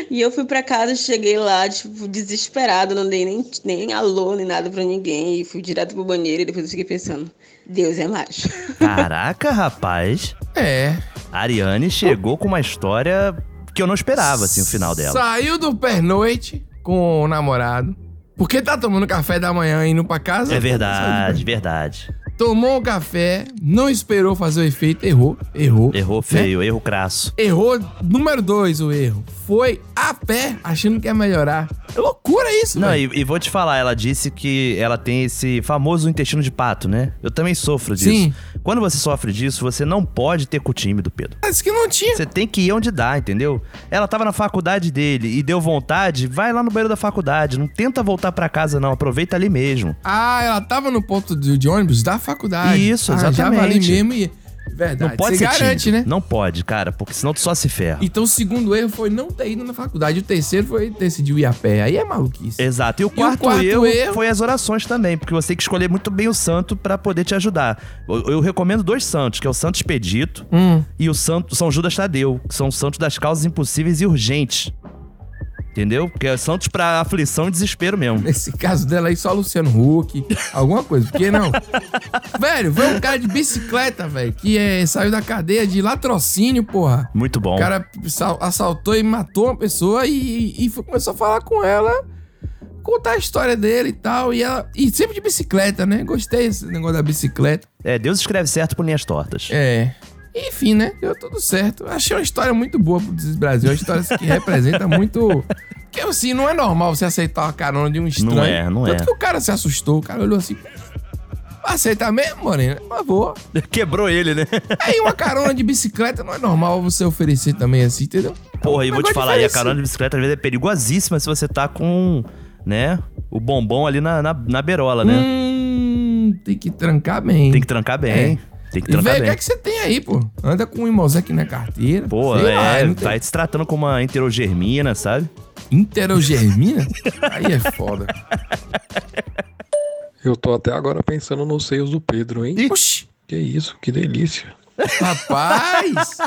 [SPEAKER 11] E eu fui pra casa, cheguei lá, tipo, desesperado, não dei nem, nem alô, nem nada pra ninguém. E fui direto pro banheiro e depois eu fiquei pensando, Deus é mais.
[SPEAKER 3] Caraca, rapaz.
[SPEAKER 2] É.
[SPEAKER 3] A Ariane chegou com uma história que eu não esperava, assim, o final dela.
[SPEAKER 2] Saiu do pernoite com o namorado. Porque tá tomando café da manhã e indo pra casa.
[SPEAKER 3] É verdade, verdade.
[SPEAKER 2] Tomou o café, não esperou fazer o efeito, errou. Errou. Né?
[SPEAKER 3] Errou feio, erro crasso.
[SPEAKER 2] Errou, número dois o erro. Foi a pé, achando que ia melhorar. É loucura isso,
[SPEAKER 3] Não,
[SPEAKER 2] velho.
[SPEAKER 3] e, e vou te falar, ela disse que ela tem esse famoso intestino de pato, né? Eu também sofro disso.
[SPEAKER 2] Sim.
[SPEAKER 3] Quando você sofre disso, você não pode ter cu tímido, Pedro.
[SPEAKER 2] Mas Ah, que não tinha.
[SPEAKER 3] Você tem que ir onde dá, entendeu? Ela tava na faculdade dele e deu vontade, vai lá no banheiro da faculdade. Não tenta voltar pra casa, não. Aproveita ali mesmo.
[SPEAKER 2] Ah, ela tava no ponto de, de ônibus da faculdade.
[SPEAKER 3] Isso,
[SPEAKER 2] ah, Já
[SPEAKER 3] exatamente.
[SPEAKER 2] vali mesmo e... Verdade.
[SPEAKER 3] Não pode
[SPEAKER 2] Você
[SPEAKER 3] ser
[SPEAKER 2] garante,
[SPEAKER 3] tímido.
[SPEAKER 2] né?
[SPEAKER 3] Não pode, cara, porque senão tu só se ferra.
[SPEAKER 2] Então o segundo erro foi não ter ido na faculdade. O terceiro foi decidiu ir a pé. Aí é maluquice.
[SPEAKER 3] Exato. E o quarto,
[SPEAKER 2] quarto
[SPEAKER 3] erro,
[SPEAKER 2] erro-
[SPEAKER 3] foi as orações também, porque você tem que escolher muito bem o santo pra poder te ajudar. Eu, eu recomendo dois santos, que é o Santo Expedito
[SPEAKER 2] Hum.
[SPEAKER 3] e o Santo São Judas Tadeu, que são os santos das causas impossíveis e urgentes. Entendeu? Porque é santos pra aflição e desespero mesmo.
[SPEAKER 2] Nesse caso dela aí, só Luciano Huck, alguma coisa. Porque não? velho, foi um cara de bicicleta, velho, que é, saiu da cadeia de latrocínio, porra.
[SPEAKER 3] Muito bom.
[SPEAKER 2] O cara sal- assaltou e matou uma pessoa e, e foi- começou a falar com ela, contar a história dele e tal. E, ela, e sempre de bicicleta, né? Gostei desse negócio da bicicleta.
[SPEAKER 3] É, Deus escreve certo por linhas tortas.
[SPEAKER 2] É. Enfim, né? Deu tudo certo. Achei uma história muito boa pro Desis Brasil. Uma história que representa muito. Porque assim, não é normal você aceitar uma carona de um estranho.
[SPEAKER 3] Não é, não
[SPEAKER 2] Tanto
[SPEAKER 3] é.
[SPEAKER 2] que o cara se assustou, o cara olhou assim. Aceita mesmo, Morena? Uma boa.
[SPEAKER 3] Quebrou ele, né?
[SPEAKER 2] Aí uma carona de bicicleta não é normal você oferecer também assim, entendeu?
[SPEAKER 3] Porra, e vou te
[SPEAKER 2] negócio
[SPEAKER 3] falar, e a
[SPEAKER 2] diferente.
[SPEAKER 3] carona de bicicleta às vezes é perigosíssima se você tá com, né, o bombom ali na, na, na berola, né?
[SPEAKER 2] Hum, tem que trancar bem. É.
[SPEAKER 3] Tem que trancar bem. Tem que
[SPEAKER 2] E
[SPEAKER 3] trancar
[SPEAKER 2] vê o que
[SPEAKER 3] bem.
[SPEAKER 2] é que você tem aí, pô. Anda com um Imosec na carteira.
[SPEAKER 3] Pô,
[SPEAKER 2] sei lá,
[SPEAKER 3] é,
[SPEAKER 2] não tem-
[SPEAKER 3] vai se tratando com uma enterogermina, sabe?
[SPEAKER 2] Enterogermina? Aí é foda.
[SPEAKER 12] Eu tô até agora pensando nos seios do Pedro, hein?
[SPEAKER 2] Oxi!
[SPEAKER 12] Que isso, que delícia.
[SPEAKER 2] Rapaz!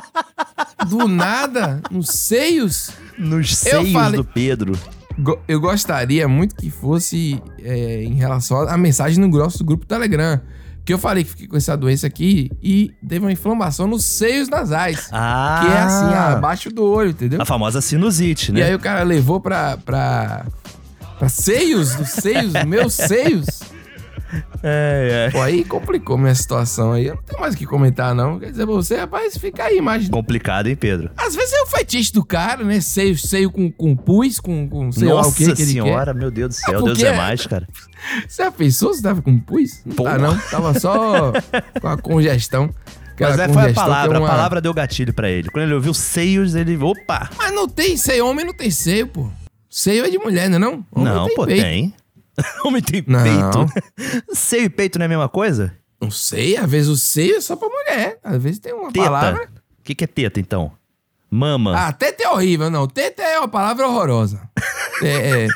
[SPEAKER 2] do nada, nos seios.
[SPEAKER 3] Nos seios do Pedro.
[SPEAKER 2] eu gostaria muito que fosse é, em relação à mensagem no grosso do grupo Telegram. Que eu falei que fiquei com essa doença aqui e teve uma inflamação nos seios nasais.
[SPEAKER 3] Ah.
[SPEAKER 2] Que é assim, abaixo do olho, entendeu?
[SPEAKER 3] A famosa sinusite, né?
[SPEAKER 2] E aí o cara levou pra. pra. pra seios, dos seios, meus seios.
[SPEAKER 3] É, é.
[SPEAKER 2] Pô, aí complicou minha situação aí. Eu não tenho mais o que comentar, não. Quer dizer, pra você, rapaz, fica aí, imagina.
[SPEAKER 3] Complicado, hein, Pedro?
[SPEAKER 2] Às vezes é o fetiche do cara, né? Seio, seio com, com pus, com, com sei lá o que que
[SPEAKER 3] Nossa
[SPEAKER 2] ele quer.
[SPEAKER 3] senhora, meu Deus do céu, Deus
[SPEAKER 2] porque-
[SPEAKER 3] é mais, cara.
[SPEAKER 2] Você já pensou se tava com pus? Não tá, não. Tava só com a congestão. Aquela
[SPEAKER 3] Mas é, foi a
[SPEAKER 2] congestão que é
[SPEAKER 3] palavra,
[SPEAKER 2] uma-
[SPEAKER 3] a palavra deu gatilho pra ele. Quando ele ouviu seios, ele. Opa!
[SPEAKER 2] Mas não tem seio, homem não tem seio, pô. Seio é de mulher, não é não? Homem
[SPEAKER 3] não, pô,
[SPEAKER 2] peito.
[SPEAKER 3] tem. Homem tem
[SPEAKER 2] Não.
[SPEAKER 3] peito. Seio e peito não é a mesma coisa?
[SPEAKER 2] Não sei, às vezes o seio é só pra mulher. Às vezes tem uma
[SPEAKER 3] Teta.
[SPEAKER 2] palavra...
[SPEAKER 3] O que, que é teta, então? Mama.
[SPEAKER 2] Ah, teta é horrível, não. Teta é uma palavra horrorosa. é, é.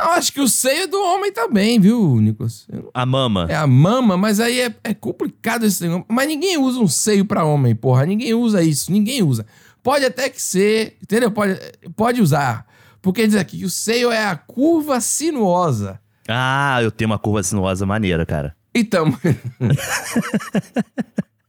[SPEAKER 2] Eu acho que o seio é do homem também, viu, Nicolas? Eu-
[SPEAKER 3] A mama.
[SPEAKER 2] É a mama, mas aí é, é complicado esse negócio. Mas ninguém usa um seio pra homem, porra. Ninguém usa isso, ninguém usa. Pode até que ser, entendeu? Pode, pode usar. Porque diz aqui que o seio é a curva sinuosa.
[SPEAKER 3] Ah, eu tenho uma curva sinuosa maneira, cara.
[SPEAKER 2] Então.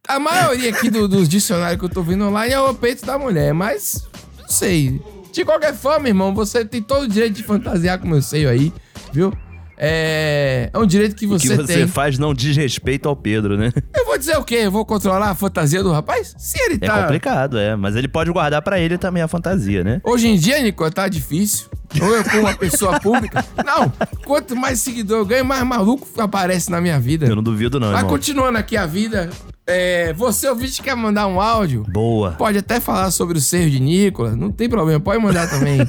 [SPEAKER 2] a maioria aqui do- dos dicionários que eu tô vendo online é o peito da mulher, mas não sei. De qualquer forma, irmão, você tem todo o direito de fantasiar com o meu seio aí, viu? É, é um direito que
[SPEAKER 3] O que
[SPEAKER 2] você,
[SPEAKER 3] você
[SPEAKER 2] tem.
[SPEAKER 3] faz não diz respeito ao Pedro, né?
[SPEAKER 2] Eu vou dizer o quê? Eu vou controlar a fantasia do rapaz? Se ele
[SPEAKER 3] É
[SPEAKER 2] tá.
[SPEAKER 3] complicado, é. Mas ele pode guardar pra ele também a fantasia, né?
[SPEAKER 2] Hoje em dia, Nico, tá difícil. Ou eu com uma pessoa pública. Não, quanto mais seguidor eu ganho, mais maluco aparece na minha vida.
[SPEAKER 3] Eu não duvido, não,
[SPEAKER 2] Mas
[SPEAKER 3] irmão.
[SPEAKER 2] continuando aqui a vida, é, você ouvinte que quer mandar um áudio?
[SPEAKER 3] Boa.
[SPEAKER 2] Pode até falar sobre o ser de Nicolas, não tem problema. Pode mandar também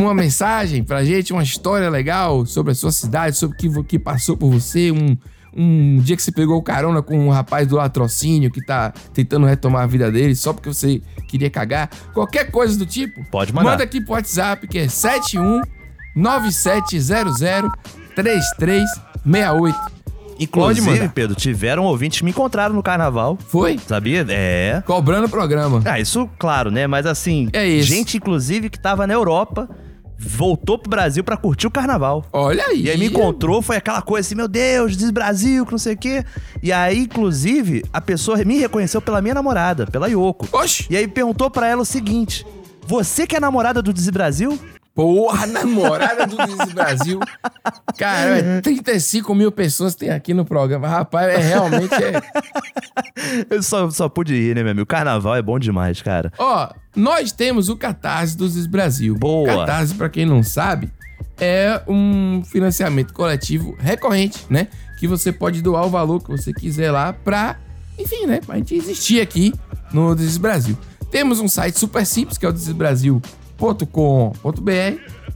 [SPEAKER 2] uma mensagem pra gente, uma história legal sobre a sua cidade, sobre o que, vo- que passou por você, um, um dia que você pegou carona com um rapaz do latrocínio que tá tentando retomar a vida dele só porque você queria cagar. Qualquer coisa do tipo.
[SPEAKER 3] Pode mandar.
[SPEAKER 2] Manda aqui pro WhatsApp que é 71 9700 3368.
[SPEAKER 3] Inclusive, Pedro, tiveram ouvintes que me encontraram no carnaval.
[SPEAKER 2] Foi?
[SPEAKER 3] Sabia? É.
[SPEAKER 2] Cobrando o programa.
[SPEAKER 3] Ah, isso, claro, né? Mas assim,
[SPEAKER 2] É isso.
[SPEAKER 3] gente, inclusive, que tava na Europa, voltou pro Brasil pra curtir o carnaval.
[SPEAKER 2] Olha aí.
[SPEAKER 3] E aí me encontrou, foi aquela coisa assim, meu Deus, diz Brasil, que não sei o quê. E aí, inclusive, a pessoa me reconheceu pela minha namorada, pela Yoko.
[SPEAKER 2] Oxi!
[SPEAKER 3] E aí perguntou pra ela o seguinte: Você que é namorada do Diz Brasil?
[SPEAKER 2] Porra, namorada do Diz Brasil. Cara, é 35 mil pessoas tem aqui no programa. Rapaz, é realmente. É...
[SPEAKER 3] Eu só, só pude ir, né, meu amigo? Carnaval é bom demais, cara.
[SPEAKER 2] Ó, nós temos o Catarse do Diz Brasil.
[SPEAKER 3] Boa.
[SPEAKER 2] Catarse, pra quem não sabe, é um financiamento coletivo recorrente, né? Que você pode doar o valor que você quiser lá pra, enfim, né? Pra gente existir aqui no Diz Brasil. Temos um site super simples, que é o desbrasil.com.br,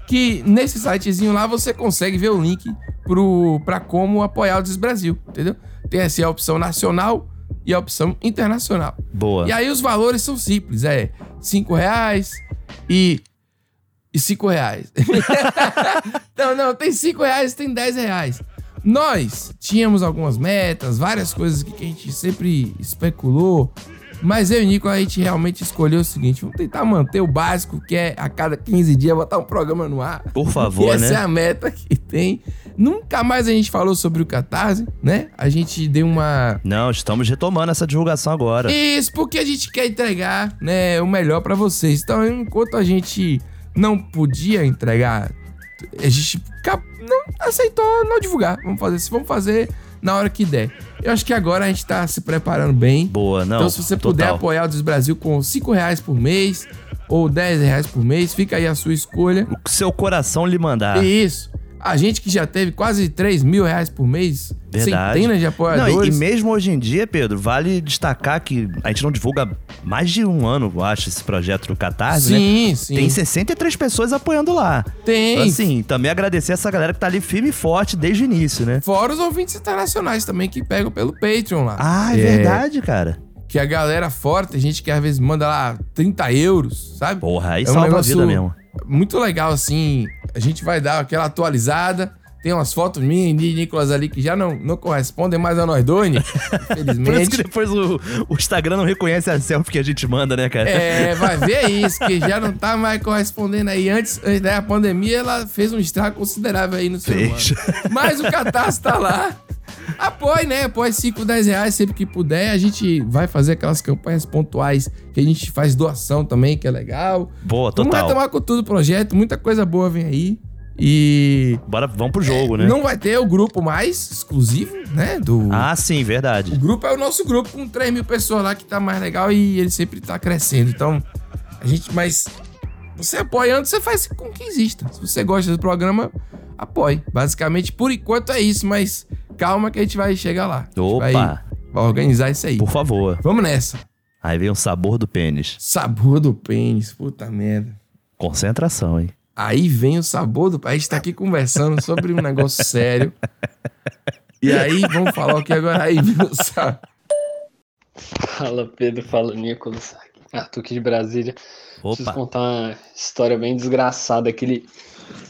[SPEAKER 2] que nesse sitezinho lá você consegue ver o link pro, pra como apoiar o Diz Brasil, entendeu? Tem assim a opção nacional e a opção internacional.
[SPEAKER 3] Boa.
[SPEAKER 2] E aí os valores são simples, é 5 reais e... E 5 reais. não, não, tem 5 reais, tem 10 reais. Nós tínhamos algumas metas, várias coisas que a gente sempre especulou, mas eu e o Nico, a gente realmente escolheu o seguinte, vamos tentar manter o básico, que é a cada 15 dias botar um programa no ar.
[SPEAKER 3] Por favor,
[SPEAKER 2] Essa é
[SPEAKER 3] né?
[SPEAKER 2] a meta que tem. Nunca mais a gente falou sobre o Catarse, né? A gente deu uma...
[SPEAKER 3] Não, estamos retomando essa divulgação agora.
[SPEAKER 2] Isso, porque a gente quer entregar né, o melhor pra vocês. Então, enquanto a gente não podia entregar, a gente cap- não aceitou não divulgar. Vamos fazer isso, vamos fazer na hora que der. Eu acho que agora a gente tá se preparando bem.
[SPEAKER 3] Boa, não.
[SPEAKER 2] então, se você puder
[SPEAKER 3] total.
[SPEAKER 2] apoiar o Desbrasil com 5 reais por mês ou 10 reais por mês, fica aí a sua escolha.
[SPEAKER 3] O que seu coração lhe mandar.
[SPEAKER 2] E isso. A gente que já teve quase 3 mil reais por mês,
[SPEAKER 3] Verdade.
[SPEAKER 2] centenas de apoiadores.
[SPEAKER 3] Não, e, e mesmo hoje em dia, Pedro, vale destacar que a gente não divulga mais de um ano, eu acho, esse projeto do Catarse,
[SPEAKER 2] Sim,
[SPEAKER 3] né?
[SPEAKER 2] sim.
[SPEAKER 3] Tem 63 pessoas apoiando lá.
[SPEAKER 2] Tem.
[SPEAKER 3] Então, assim, também agradecer essa galera que tá ali firme e forte desde o início, né?
[SPEAKER 2] Fora os ouvintes internacionais também que pegam pelo Patreon lá.
[SPEAKER 3] Ah, é, verdade, cara.
[SPEAKER 2] Que a galera fora, tem gente que às vezes manda lá 30 euros, sabe?
[SPEAKER 3] Porra, aí
[SPEAKER 2] um
[SPEAKER 3] salva a
[SPEAKER 2] negócio
[SPEAKER 3] vida mesmo.
[SPEAKER 2] Muito legal, assim. A gente vai dar aquela atualizada. Tem umas fotos minhas e de Nicolas ali que já não, não correspondem mais a nós dois, né?
[SPEAKER 3] Por isso que
[SPEAKER 2] infelizmente.
[SPEAKER 3] depois o, o Instagram não reconhece a selfie que a gente manda, né, cara?
[SPEAKER 2] É, vai ver isso, que já não tá mais correspondendo aí. Antes, antes né, da pandemia, ela fez um estrago considerável aí no seu
[SPEAKER 3] Fez.
[SPEAKER 2] Mas o Catarse tá lá. Apoie, né? Apoie 5, 10 reais sempre que puder. A gente vai fazer aquelas campanhas pontuais que a gente faz doação também, que é legal.
[SPEAKER 3] Boa,
[SPEAKER 2] Vamos
[SPEAKER 3] total.
[SPEAKER 2] retomar com tudo o projeto, muita coisa boa vem aí. E.
[SPEAKER 3] Bora, vamos pro jogo, né?
[SPEAKER 2] Não vai ter o grupo mais exclusivo, né? Do...
[SPEAKER 3] Ah, sim, verdade.
[SPEAKER 2] O grupo é o nosso grupo com 3 mil pessoas lá que tá mais legal e ele sempre tá crescendo. Então, a gente, mas você apoiando, você faz com que exista. Se você gosta do programa, apoie. Basicamente, por enquanto é isso, mas calma que a gente vai chegar lá.
[SPEAKER 3] Opa!
[SPEAKER 2] Vai, vai organizar isso aí.
[SPEAKER 3] Por favor.
[SPEAKER 2] Vamos nessa.
[SPEAKER 3] Aí vem o sabor do pênis.
[SPEAKER 2] Sabor do pênis, puta merda.
[SPEAKER 3] Concentração, hein?
[SPEAKER 2] Aí vem o sabor do. A gente tá aqui conversando sobre um negócio sério. E aí, vamos falar o que agora? Aí, vem o sabor.
[SPEAKER 13] Fala Pedro, fala Nicolas. Arthur aqui de Brasília. Preciso
[SPEAKER 3] Opa.
[SPEAKER 13] contar uma história bem desgraçada. Aquele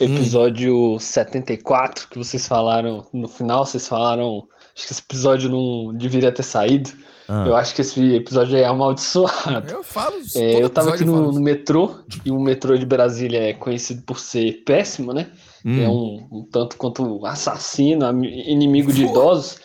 [SPEAKER 3] Hum.
[SPEAKER 13] episódio 74 que vocês falaram no final, vocês falaram. Acho que esse episódio não deveria ter saído.
[SPEAKER 3] Ah.
[SPEAKER 13] Eu acho que esse episódio aí é amaldiçoado.
[SPEAKER 2] Eu falo isso.
[SPEAKER 13] É,
[SPEAKER 2] todo
[SPEAKER 13] eu tava aqui
[SPEAKER 2] episódio eu
[SPEAKER 13] no,
[SPEAKER 2] falo
[SPEAKER 13] no metrô, e o metrô de Brasília é conhecido por ser péssimo, né?
[SPEAKER 2] Hum.
[SPEAKER 13] É um, um tanto quanto assassino, ami- inimigo de idosos.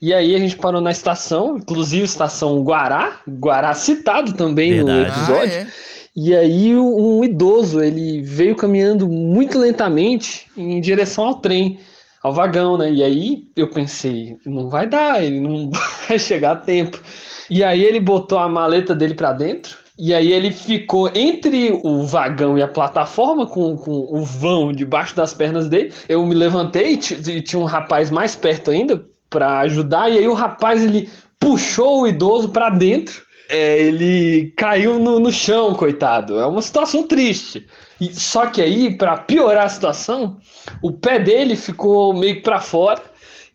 [SPEAKER 13] E aí a gente parou na estação, inclusive estação Guará, Guará citado também no
[SPEAKER 3] Verdade.
[SPEAKER 13] episódio.
[SPEAKER 2] Ah, é.
[SPEAKER 13] E aí o- um idoso, ele veio caminhando muito lentamente em direção ao trem, ao vagão, né? E aí eu pensei, não vai dar, ele não vai chegar a tempo. E aí ele botou a maleta dele pra dentro. E aí ele ficou entre o vagão e a plataforma, com, com o vão debaixo das pernas dele. Eu me levantei e ti- e tinha um rapaz mais perto ainda pra ajudar. E aí o rapaz, ele puxou o idoso pra dentro. É, ele caiu no, no chão, coitado. É uma situação triste. E, só que aí, pra piorar a situação, o pé dele ficou meio pra fora.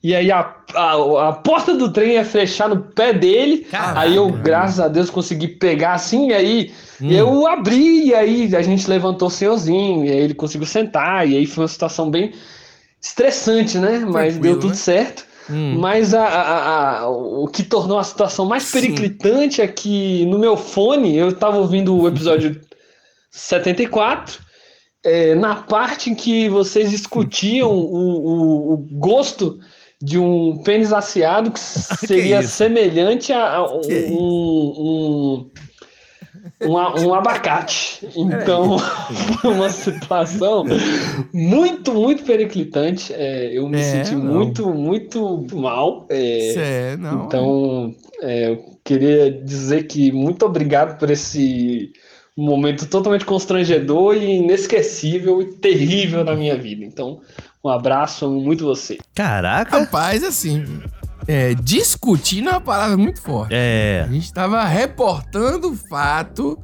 [SPEAKER 13] E aí a, a, a porta do trem ia fechar no pé dele. Aí eu, graças a Deus, consegui pegar assim. E aí eu abri, e aí a gente levantou o senhorzinho. E aí ele conseguiu sentar. E aí foi uma situação bem estressante, né? Hum. Mas deu tudo certo. Mas a, a- a- o que tornou a situação mais periclitante é que no meu fone eu estava ouvindo o episódio 74, é, na parte em que vocês discutiam o, o- o gosto de um pênis asseado que seria
[SPEAKER 3] isso?
[SPEAKER 13] semelhante a, a um, um, um a- um abacate. Então, foi uma situação muito, muito periclitante. É, eu me
[SPEAKER 2] É,
[SPEAKER 13] senti
[SPEAKER 2] não.
[SPEAKER 13] muito, muito mal. É,
[SPEAKER 2] Cê é, não,
[SPEAKER 13] então, é, eu queria dizer que muito obrigado por esse momento totalmente constrangedor e inesquecível e terrível na minha vida. Então, um abraço, amo muito você.
[SPEAKER 3] Caraca!
[SPEAKER 2] Rapaz, assim. É, discutindo é uma palavra muito forte.
[SPEAKER 3] É.
[SPEAKER 2] A gente tava reportando o fato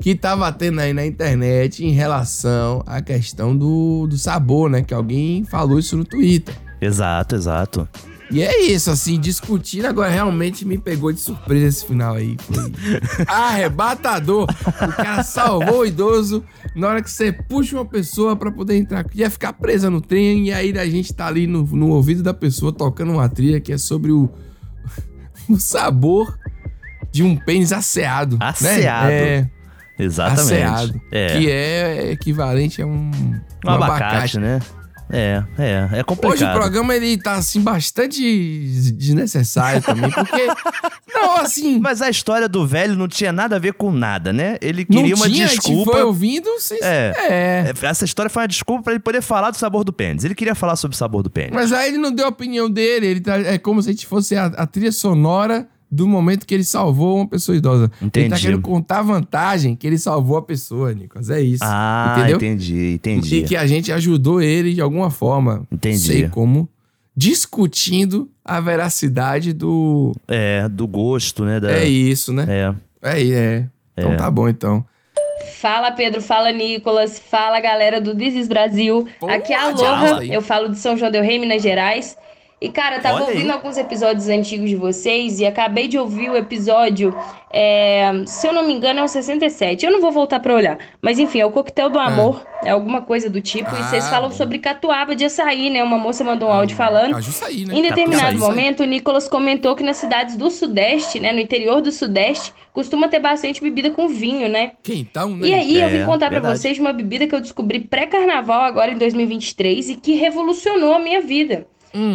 [SPEAKER 2] que tava tendo aí na internet em relação à questão do, do sabor, né? Que alguém falou isso no Twitter.
[SPEAKER 3] Exato, exato.
[SPEAKER 2] E é isso, assim, discutindo agora realmente me pegou de surpresa esse final aí. Foi arrebatador. O cara salvou o idoso na hora que você puxa uma pessoa pra poder entrar. Ia ficar presa no trem e aí a gente tá ali no, no ouvido da pessoa tocando uma trilha que é sobre o, o sabor de um pênis asseado. né?
[SPEAKER 3] Aceado.
[SPEAKER 2] É,
[SPEAKER 3] Exatamente.
[SPEAKER 2] Aceado.
[SPEAKER 3] É.
[SPEAKER 2] Que é equivalente a um,
[SPEAKER 3] Um abacate, né? É, é. É complicado.
[SPEAKER 2] Hoje o programa ele tá assim bastante desnecessário também, porque não assim,
[SPEAKER 3] mas a história do velho não tinha nada a ver com nada, né? Ele queria
[SPEAKER 2] não
[SPEAKER 3] uma
[SPEAKER 2] tinha, A gente
[SPEAKER 3] desculpa.
[SPEAKER 2] foi ouvindo sem
[SPEAKER 3] É.
[SPEAKER 2] é.
[SPEAKER 3] É, Essa história foi uma desculpa pra ele poder falar do sabor do pênis. Ele queria falar sobre o sabor do pênis.
[SPEAKER 2] Mas aí ele não deu a opinião dele, ele tá, é como se a gente fosse a, a trilha sonora do momento que ele salvou uma pessoa idosa. Ele tá
[SPEAKER 3] Entendi.
[SPEAKER 2] querendo contar a vantagem que ele salvou a pessoa, Nicolas, é isso.
[SPEAKER 3] ah,
[SPEAKER 2] entendeu?
[SPEAKER 3] entendi, entendi.
[SPEAKER 2] E que a gente ajudou ele de alguma forma.
[SPEAKER 3] Entendi.
[SPEAKER 2] Sei como. Discutindo a veracidade do...
[SPEAKER 3] É, do gosto, né? da-
[SPEAKER 2] É isso, né?
[SPEAKER 3] É.
[SPEAKER 2] É, é. Então
[SPEAKER 3] É.
[SPEAKER 2] tá bom, então.
[SPEAKER 14] Fala Pedro, fala Nicolas, fala galera do This is Brasil. Aqui é a
[SPEAKER 2] tchau
[SPEAKER 14] Aloha,
[SPEAKER 2] aí.
[SPEAKER 14] eu falo de São João del Rei, Minas Gerais. E cara, eu tava
[SPEAKER 15] Olha aí.
[SPEAKER 14] ouvindo alguns episódios antigos de vocês e acabei de ouvir o episódio, é, se eu não me engano, é o 67. Eu não vou voltar pra olhar, mas enfim, é o Coquetel do Amor, é alguma coisa do tipo. e vocês
[SPEAKER 15] Ah,
[SPEAKER 14] falam sobre catuaba de açaí, né? Uma moça mandou um áudio falando. Em determinado
[SPEAKER 15] Açaí,
[SPEAKER 14] momento, o Nicolas comentou que nas cidades do Sudeste, né, no interior do Sudeste, costuma ter bastante bebida com vinho, né?
[SPEAKER 2] Então, né?
[SPEAKER 14] E aí, eu
[SPEAKER 2] É,
[SPEAKER 14] vim contar pra
[SPEAKER 2] verdade.
[SPEAKER 14] vocês uma bebida que eu descobri pré-carnaval agora em 2023 e que revolucionou a minha vida.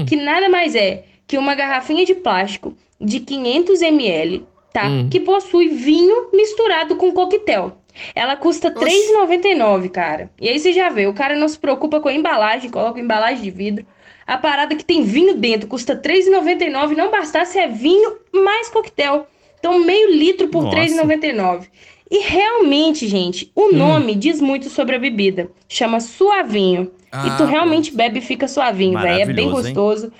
[SPEAKER 14] Que nada mais é que uma garrafinha de plástico de 500 ml, tá?
[SPEAKER 15] Hum.
[SPEAKER 14] Que possui vinho misturado com coquetel. Ela custa R$ 3,99, cara. E aí você já vê, o cara não se preocupa com a embalagem, coloca embalagem de vidro. A parada que tem vinho dentro custa R$ 3,99, não bastasse é vinho mais coquetel. Então meio litro por
[SPEAKER 15] Nossa.
[SPEAKER 14] R$ 3,99. E realmente, gente,
[SPEAKER 15] Hum.
[SPEAKER 14] o nome diz muito sobre a bebida. Chama suavinho.
[SPEAKER 15] Ah,
[SPEAKER 14] e tu realmente bebe e fica suavinho, velho. É bem
[SPEAKER 15] Maravilhoso, hein?
[SPEAKER 14] gostoso.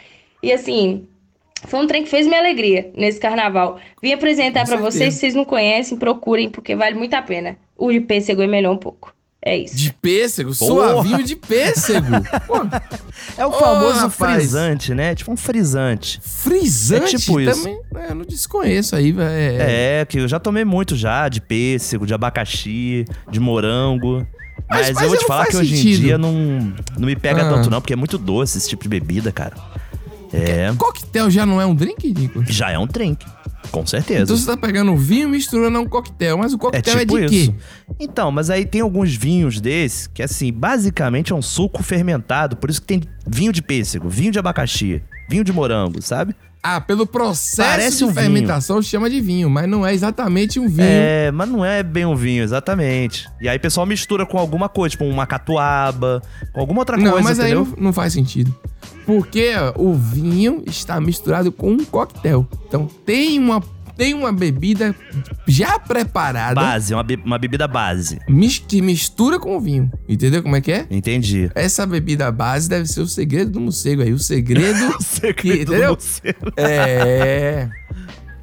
[SPEAKER 14] E assim, foi um trem que fez minha alegria nesse carnaval. Vim apresentar pra vocês,
[SPEAKER 2] certeza.
[SPEAKER 14] se vocês não conhecem, procurem, porque vale muito a pena. O de pêssego é melhor um pouco. É isso.
[SPEAKER 2] De pêssego? Suavinho de pêssego.
[SPEAKER 3] É o famoso frisante, né? Tipo um frisante.
[SPEAKER 2] Frisante?
[SPEAKER 3] É tipo isso.
[SPEAKER 2] Também, é, eu não desconheço aí, velho.
[SPEAKER 3] É, que eu já tomei muito já, de pêssego, de abacaxi, de morango.
[SPEAKER 2] Mas-
[SPEAKER 3] Mas,
[SPEAKER 2] mas
[SPEAKER 3] eu vou te
[SPEAKER 2] não
[SPEAKER 3] falar
[SPEAKER 2] faz
[SPEAKER 3] que hoje em
[SPEAKER 2] sentido.
[SPEAKER 3] dia não, não me pega
[SPEAKER 2] Ah.
[SPEAKER 3] tanto não, porque é muito doce esse tipo de bebida, cara. É.
[SPEAKER 2] Coquetel já não é um drink, Nico?
[SPEAKER 3] Já é um drink, com certeza.
[SPEAKER 2] Então você tá pegando vinho e misturando a um coquetel, mas o coquetel é, de quê?
[SPEAKER 3] tipo Então, mas aí tem alguns vinhos desses que, assim, basicamente é um suco fermentado. Por isso que tem vinho de pêssego, vinho de abacaxi, vinho de morango, sabe?
[SPEAKER 2] Ah, pelo processo
[SPEAKER 3] Parece
[SPEAKER 2] de
[SPEAKER 3] um vinho.
[SPEAKER 2] fermentação chama de vinho, mas não é exatamente um vinho.
[SPEAKER 3] É, mas não é bem um vinho, exatamente. E aí o pessoal mistura com alguma coisa, tipo uma catuaba, com alguma outra
[SPEAKER 2] não,
[SPEAKER 3] coisa,
[SPEAKER 2] mas
[SPEAKER 3] entendeu?
[SPEAKER 2] aí não, não faz sentido. Porque ó, o vinho está misturado com um coquetel. Então tem uma, tem uma bebida já preparada
[SPEAKER 3] Base, uma, be- uma bebida base.
[SPEAKER 2] mis- que mistura com o vinho. Entendeu como é que é?
[SPEAKER 3] Entendi.
[SPEAKER 2] Essa bebida base deve ser o segredo do morcego aí. O segredo.
[SPEAKER 3] o segredo
[SPEAKER 2] que, entendeu? É.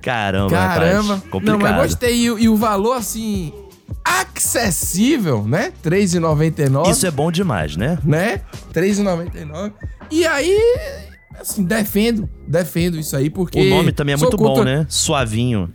[SPEAKER 3] Caramba,
[SPEAKER 2] Caramba.
[SPEAKER 3] rapaz.
[SPEAKER 2] Não,
[SPEAKER 3] Complicado.
[SPEAKER 2] mas gostei. E, o- e o valor, assim, acessível, né? R$3,99.
[SPEAKER 3] Isso é bom demais, né?
[SPEAKER 2] Né? R$3,99. E aí, assim, defendo. Defendo isso aí, porque...
[SPEAKER 3] O nome também é
[SPEAKER 2] sou
[SPEAKER 3] muito bom,
[SPEAKER 2] contra-
[SPEAKER 3] né? Suavinho.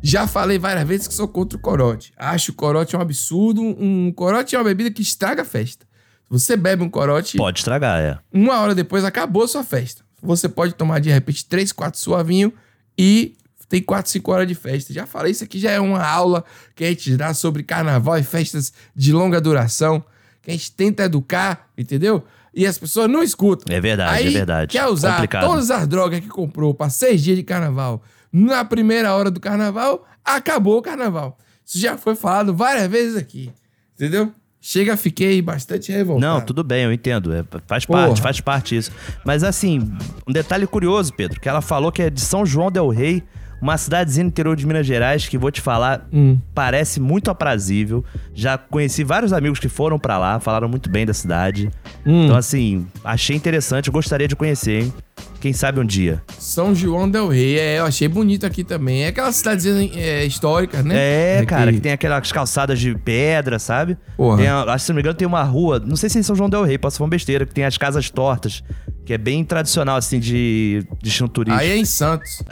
[SPEAKER 2] Já falei várias vezes que sou contra o corote. Acho o corote um absurdo. Um corote é uma bebida que estraga a festa. Se Você bebe um corote...
[SPEAKER 3] Pode estragar, é.
[SPEAKER 2] Uma hora depois acabou a sua festa. Você pode tomar de repente 3, 4 suavinho e tem 4, 5 horas de festa. Já falei, isso aqui já é uma aula que a gente dá sobre carnaval e festas de longa duração, que a gente tenta educar, entendeu? E as pessoas não escutam.
[SPEAKER 3] É verdade,
[SPEAKER 2] Aí,
[SPEAKER 3] é verdade.
[SPEAKER 2] Quer usar
[SPEAKER 3] Complicado.
[SPEAKER 2] todas as drogas que comprou para seis dias de carnaval na primeira hora do carnaval, acabou o carnaval. Isso já foi falado várias vezes aqui, entendeu? Chega, fiquei bastante revoltado.
[SPEAKER 3] Não, tudo bem, eu entendo. É, faz parte, faz parte isso. Mas assim, um detalhe curioso, Pedro, que ela falou que é de São João del Rei, uma cidadezinha no interior de Minas Gerais, que vou te falar,
[SPEAKER 2] Hum.
[SPEAKER 3] parece muito aprazível. Já conheci vários amigos que foram pra lá, falaram muito bem da cidade.
[SPEAKER 2] Hum.
[SPEAKER 3] Então assim, achei interessante, eu gostaria de conhecer, hein? Quem sabe um dia.
[SPEAKER 2] São João del Rei, é, eu achei bonito aqui também. É aquela cidadezinha é, histórica, né?
[SPEAKER 3] É, cara, que
[SPEAKER 2] que-
[SPEAKER 3] tem aquelas calçadas de pedra, sabe?
[SPEAKER 2] Porra.
[SPEAKER 3] Tem a- acho que se não me engano tem uma rua, não sei se é em São João del Rei, posso falar uma besteira, que tem as casas tortas, que é bem tradicional, assim, de destino turístico.
[SPEAKER 2] Aí é em Santos.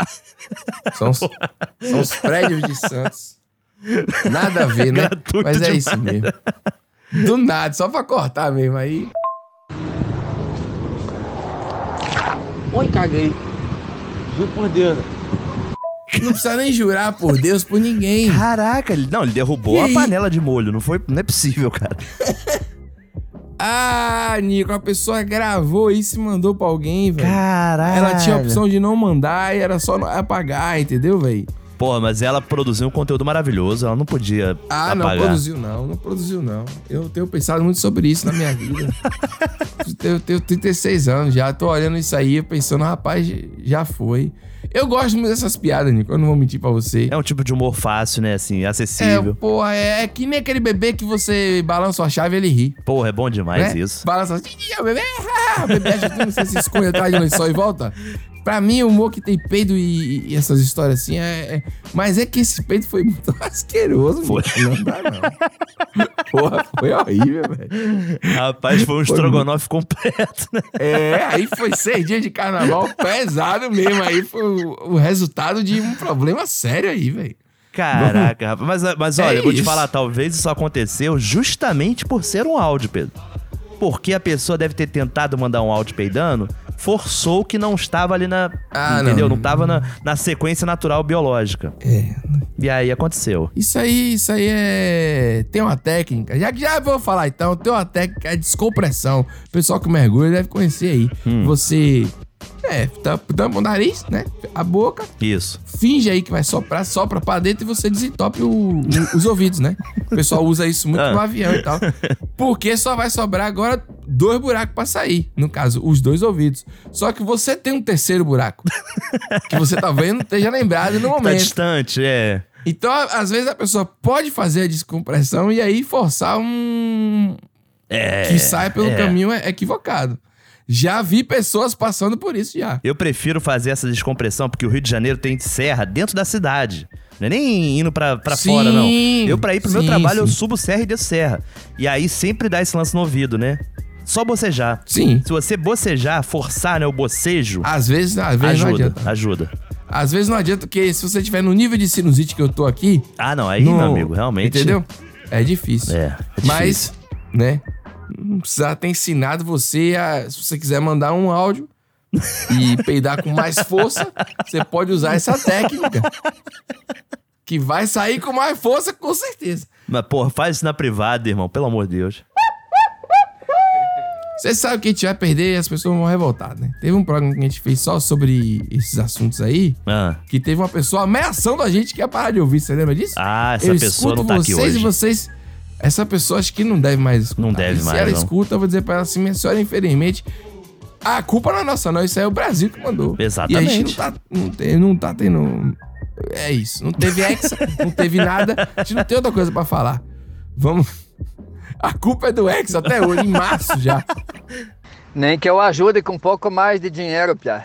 [SPEAKER 2] são, os- são os prédios de Santos. Nada a ver, né?
[SPEAKER 15] Gratuito
[SPEAKER 2] Mas é
[SPEAKER 15] demais.
[SPEAKER 2] isso mesmo. Do nada, só pra cortar mesmo aí.
[SPEAKER 16] Oi, caguei. Juro por Deus.
[SPEAKER 2] Não precisa nem jurar por Deus, por ninguém.
[SPEAKER 3] Caraca, ele, não, ele derrubou
[SPEAKER 2] E
[SPEAKER 3] a
[SPEAKER 2] aí?
[SPEAKER 3] panela de molho, não foi, não é possível, cara.
[SPEAKER 2] Ah, Nico, a pessoa gravou isso e mandou pra alguém, velho.
[SPEAKER 3] Caralho.
[SPEAKER 2] Ela tinha a opção de não mandar e era só não apagar, entendeu, velho?
[SPEAKER 3] Pô, mas ela produziu um conteúdo maravilhoso, ela não podia
[SPEAKER 2] Ah,
[SPEAKER 3] apagar.
[SPEAKER 2] não produziu não, não produziu não. Eu tenho pensado muito sobre isso na minha vida. eu tenho 36 anos já, tô olhando isso aí pensando, rapaz, já foi. Eu gosto muito dessas piadas, Nico, eu não vou mentir pra você.
[SPEAKER 3] É um tipo de humor fácil, né, assim,
[SPEAKER 2] É,
[SPEAKER 3] acessível.
[SPEAKER 2] porra, é, é que nem aquele bebê que você balança a chave e ele ri.
[SPEAKER 3] Porra, é bom demais
[SPEAKER 2] né?
[SPEAKER 3] isso.
[SPEAKER 2] Balança assim, "Ih, o bebê, ah", o bebê ajudando, você se esconde atrás de um lençol e volta. Pra mim, o humor que tem peido e, e essas histórias assim, é, é- Mas é que esse peido foi muito asqueroso,
[SPEAKER 3] Foi.
[SPEAKER 2] Nico, Não dá, não. Porra, foi horrível, velho.
[SPEAKER 3] Rapaz, foi um estrogonofe completo, né?
[SPEAKER 2] É, aí foi seis dias de carnaval pesado mesmo. Aí foi o, o resultado de um problema sério aí, velho.
[SPEAKER 3] Caraca, rapaz. Mas, mas olha,
[SPEAKER 2] É
[SPEAKER 3] eu vou te
[SPEAKER 2] isso.
[SPEAKER 3] falar, talvez isso aconteceu justamente por ser um áudio, Pedro. Porque a pessoa deve ter tentado mandar um áudio peidando, forçou que não estava ali na.
[SPEAKER 2] Ah, não.
[SPEAKER 3] entendeu? Não estava na, na sequência natural biológica.
[SPEAKER 2] É.
[SPEAKER 3] E aí aconteceu.
[SPEAKER 2] Isso aí, isso aí é. Tem uma técnica. Já que já vou falar então,
[SPEAKER 3] Hum.
[SPEAKER 2] tem uma técnica de descompressão. O pessoal que mergulha deve conhecer aí. Você. É, tampa, tampa o nariz, né? A boca.
[SPEAKER 3] Isso.
[SPEAKER 2] Finge aí que vai soprar, sopra pra dentro e você desentope o- o- os ouvidos, né? O pessoal usa isso
[SPEAKER 3] Ah.
[SPEAKER 2] muito no avião e tal. Porque só vai sobrar agora dois buracos pra sair. No caso, os dois ouvidos. Só que você tem um terceiro buraco. que você talvez não esteja lembrado
[SPEAKER 3] Tá
[SPEAKER 2] no momento.
[SPEAKER 3] distante, é.
[SPEAKER 2] Então, a- às vezes a pessoa pode fazer a descompressão e aí forçar um.
[SPEAKER 3] É,
[SPEAKER 2] que sai pelo
[SPEAKER 3] é.
[SPEAKER 2] caminho é- equivocado. Já vi pessoas passando por isso já.
[SPEAKER 3] Eu prefiro fazer essa descompressão, porque o Rio de Janeiro tem serra dentro da cidade. Não é nem indo pra, pra
[SPEAKER 2] Sim.
[SPEAKER 3] fora, não. Eu, pra ir pro meu
[SPEAKER 2] Sim,
[SPEAKER 3] trabalho, eu
[SPEAKER 2] sim.
[SPEAKER 3] subo serra e desço serra. E aí sempre dá esse lance no ouvido, né? Só bocejar.
[SPEAKER 2] Sim.
[SPEAKER 3] Se você bocejar, forçar, né, o bocejo.
[SPEAKER 2] Às vezes, às vezes não
[SPEAKER 3] ajuda,
[SPEAKER 2] adianta.
[SPEAKER 3] ajuda.
[SPEAKER 2] Às vezes não adianta, porque se você tiver no nível de sinusite que eu tô aqui.
[SPEAKER 3] Ah, não, aí, meu amigo, realmente-
[SPEAKER 2] Entendeu? É difícil.
[SPEAKER 3] É, é
[SPEAKER 2] Mas, né? Não precisava ter ensinado você a. Se você quiser mandar um áudio e peidar com mais força, você pode usar essa técnica. Que vai sair com mais força, com certeza.
[SPEAKER 3] Mas, porra, faz isso na privada, irmão, pelo amor de Deus.
[SPEAKER 2] Você sabe que a gente vai perder e as pessoas vão revoltar, né? Teve um programa que a gente fez só sobre esses assuntos aí.
[SPEAKER 3] Ah.
[SPEAKER 2] Que teve uma pessoa ameaçando a gente que ia parar de ouvir, você lembra disso?
[SPEAKER 3] Ah, essa pessoa não
[SPEAKER 2] escuto
[SPEAKER 3] tá aqui
[SPEAKER 2] vocês
[SPEAKER 3] hoje.
[SPEAKER 2] E vocês, essa pessoa acho que não deve mais escutar.
[SPEAKER 3] Não deve
[SPEAKER 2] E
[SPEAKER 3] mais,
[SPEAKER 2] Se ela
[SPEAKER 3] não.
[SPEAKER 2] escuta, eu vou dizer pra ela assim, minha senhora, infelizmente, a culpa não é nossa não, isso aí é o Brasil que mandou. E a
[SPEAKER 3] Exatamente.
[SPEAKER 2] gente não tá, não tem- não tá tendo... É isso, não teve Hexa, não teve nada, a gente não tem outra coisa pra falar. Vamos... A culpa é do Hexa até hoje, em março já.
[SPEAKER 15] Nem que eu ajude com um pouco mais de dinheiro, Pia.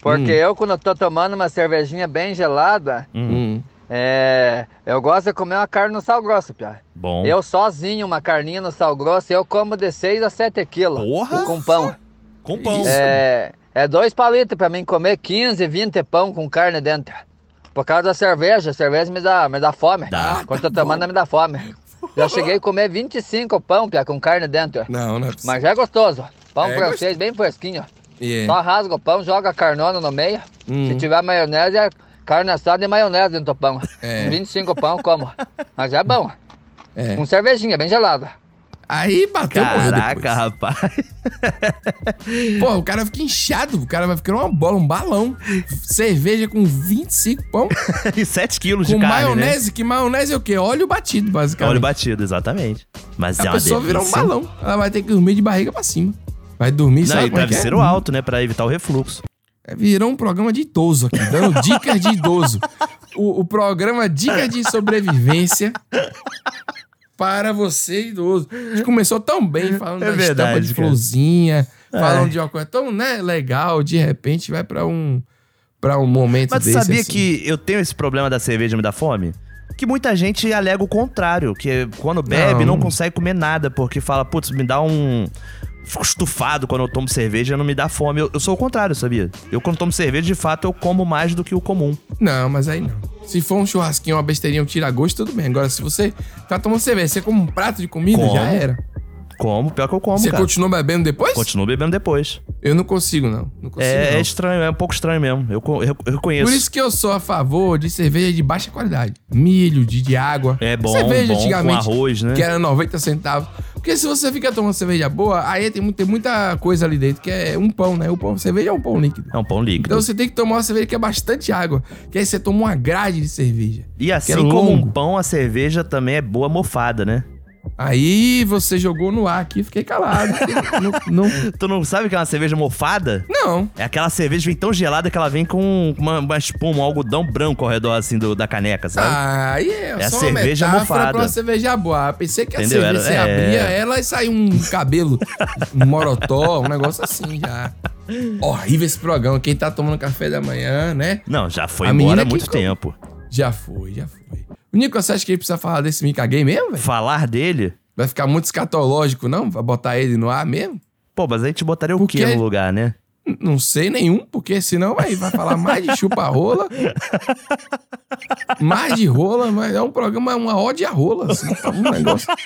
[SPEAKER 15] Porque eu, quando eu tô tomando uma cervejinha bem gelada,
[SPEAKER 3] Hum.
[SPEAKER 15] é, eu gosto de comer uma carne no sal grosso, Pia.
[SPEAKER 3] Bom.
[SPEAKER 15] Eu sozinho, uma carninha no sal grosso, eu como de 6 a 7 quilos. Com pão.
[SPEAKER 3] Com pão.
[SPEAKER 15] É, é dois palitos pra mim comer 15, 20 pão com carne dentro. Por causa da cerveja, a cerveja me dá, me dá fome. Quando eu tô tomando, me dá fome. Já cheguei a comer 25 pão, Pia, com carne dentro.
[SPEAKER 2] Não, não é
[SPEAKER 15] Mas é gostoso. Pão
[SPEAKER 2] É
[SPEAKER 15] francês bem fresquinho.
[SPEAKER 2] Yeah.
[SPEAKER 15] Só rasga o pão, joga a carnona no meio.
[SPEAKER 2] Hum.
[SPEAKER 15] Se tiver maionese, é carne assada e maionese dentro do pão.
[SPEAKER 2] É.
[SPEAKER 15] 25 pão, como. Mas é bom.
[SPEAKER 2] É.
[SPEAKER 15] Com cervejinha, bem gelada.
[SPEAKER 2] Aí bateu morreu
[SPEAKER 3] Caraca, rapaz.
[SPEAKER 2] Pô, o cara fica inchado, o cara vai ficar uma bola, um balão. Cerveja com 25 pão.
[SPEAKER 3] e 7 quilos
[SPEAKER 2] com
[SPEAKER 3] de carne, né?
[SPEAKER 2] maionese, que maionese é o quê? Óleo batido, basicamente.
[SPEAKER 3] Olho batido, exatamente. Mas é
[SPEAKER 2] A
[SPEAKER 3] uma
[SPEAKER 2] pessoa virou um
[SPEAKER 3] delícia.
[SPEAKER 2] balão. Ela vai ter que dormir de barriga pra cima. Vai dormir,
[SPEAKER 3] Não,
[SPEAKER 2] sabe
[SPEAKER 3] e
[SPEAKER 2] como é que é?
[SPEAKER 3] travesseiro alto, né? Pra evitar o refluxo.
[SPEAKER 2] Virou um programa de idoso aqui, dando dicas de idoso. O, o programa Dicas de Sobrevivência para você, idoso. A gente começou tão bem falando
[SPEAKER 3] É
[SPEAKER 2] da estampa
[SPEAKER 3] verdade,
[SPEAKER 2] de
[SPEAKER 3] cara.
[SPEAKER 2] florzinha,
[SPEAKER 3] É.
[SPEAKER 2] falando de uma coisa tão né, legal, de repente vai pra um para um momento
[SPEAKER 3] Mas
[SPEAKER 2] desse.
[SPEAKER 3] sabia
[SPEAKER 2] assim.
[SPEAKER 3] que eu tenho esse problema da cerveja me dar fome? Que muita gente alega o contrário, que quando bebe não,
[SPEAKER 2] Não.
[SPEAKER 3] consegue comer nada, porque fala, putz, me dá um. Fico estufado quando eu tomo cerveja, não me dá fome. Eu, eu sou o contrário, sabia? Eu quando tomo cerveja, de fato, eu como mais do que o comum.
[SPEAKER 2] Não, mas aí não. Se for um churrasquinho, uma besteirinha, um tira-gosto, tudo bem. Agora, se você tá tomando cerveja, você come um prato de comida,
[SPEAKER 3] Como.
[SPEAKER 2] já era.
[SPEAKER 3] Como? Pior que eu como,
[SPEAKER 2] você
[SPEAKER 3] cara.
[SPEAKER 2] continua bebendo depois?
[SPEAKER 3] Continuo bebendo depois.
[SPEAKER 2] Eu não consigo, não. Não consigo,
[SPEAKER 3] é,
[SPEAKER 2] não.
[SPEAKER 3] é estranho, é um pouco estranho mesmo. Eu, co- eu, eu reconheço.
[SPEAKER 2] Por isso que eu sou a favor de cerveja de baixa qualidade. Milho, de, de água.
[SPEAKER 3] É bom,
[SPEAKER 2] cerveja
[SPEAKER 3] bom,
[SPEAKER 2] antigamente,
[SPEAKER 3] com arroz, né?
[SPEAKER 2] Que era 90 centavos. Porque se você fica tomando cerveja boa, aí tem, mu- tem muita coisa ali dentro, que é um pão, né? O pão, cerveja é um pão líquido.
[SPEAKER 3] É um pão líquido.
[SPEAKER 2] Então você tem que tomar uma cerveja que é bastante água. Que aí você toma uma grade de cerveja.
[SPEAKER 3] E assim
[SPEAKER 2] era
[SPEAKER 3] como um
[SPEAKER 2] é longo.
[SPEAKER 3] pão, a cerveja também é boa mofada, né?
[SPEAKER 2] Aí você jogou no ar aqui, fiquei calado.
[SPEAKER 3] tu não sabe o que é uma cerveja mofada?
[SPEAKER 2] Não.
[SPEAKER 3] É aquela cerveja que vem tão gelada que ela vem com uma, uma espuma, um algodão branco ao redor assim do- da caneca, sabe?
[SPEAKER 2] Ah, aí é,
[SPEAKER 3] a
[SPEAKER 2] só
[SPEAKER 3] cerveja
[SPEAKER 2] uma metáfora
[SPEAKER 3] mofada.
[SPEAKER 2] pra uma cerveja boa. Eu pensei que
[SPEAKER 3] Entendeu?
[SPEAKER 2] a cerveja
[SPEAKER 3] Era-
[SPEAKER 2] você
[SPEAKER 3] é.
[SPEAKER 2] abria ela e saía um cabelo, um morotó, um negócio assim já. Horrível esse programa. Quem tá tomando café da manhã, né?
[SPEAKER 3] Não, já foi
[SPEAKER 2] A
[SPEAKER 3] embora
[SPEAKER 2] menina
[SPEAKER 3] há
[SPEAKER 2] que
[SPEAKER 3] muito
[SPEAKER 2] ficou-
[SPEAKER 3] tempo.
[SPEAKER 2] Já foi, já foi. O Nico, você acha que ele precisa falar desse Me Caguei mesmo, velho?
[SPEAKER 3] Falar dele?
[SPEAKER 2] Vai ficar muito escatológico, não? Vai botar ele no ar mesmo?
[SPEAKER 3] Pô, mas a gente botaria o
[SPEAKER 2] Porque-
[SPEAKER 3] quê no lugar, né?
[SPEAKER 2] N- Não sei nenhum, porque senão vai, vai falar mais de chupa-rola. mais de rola, mas é um programa, é uma ode a rola, assim, um negócio.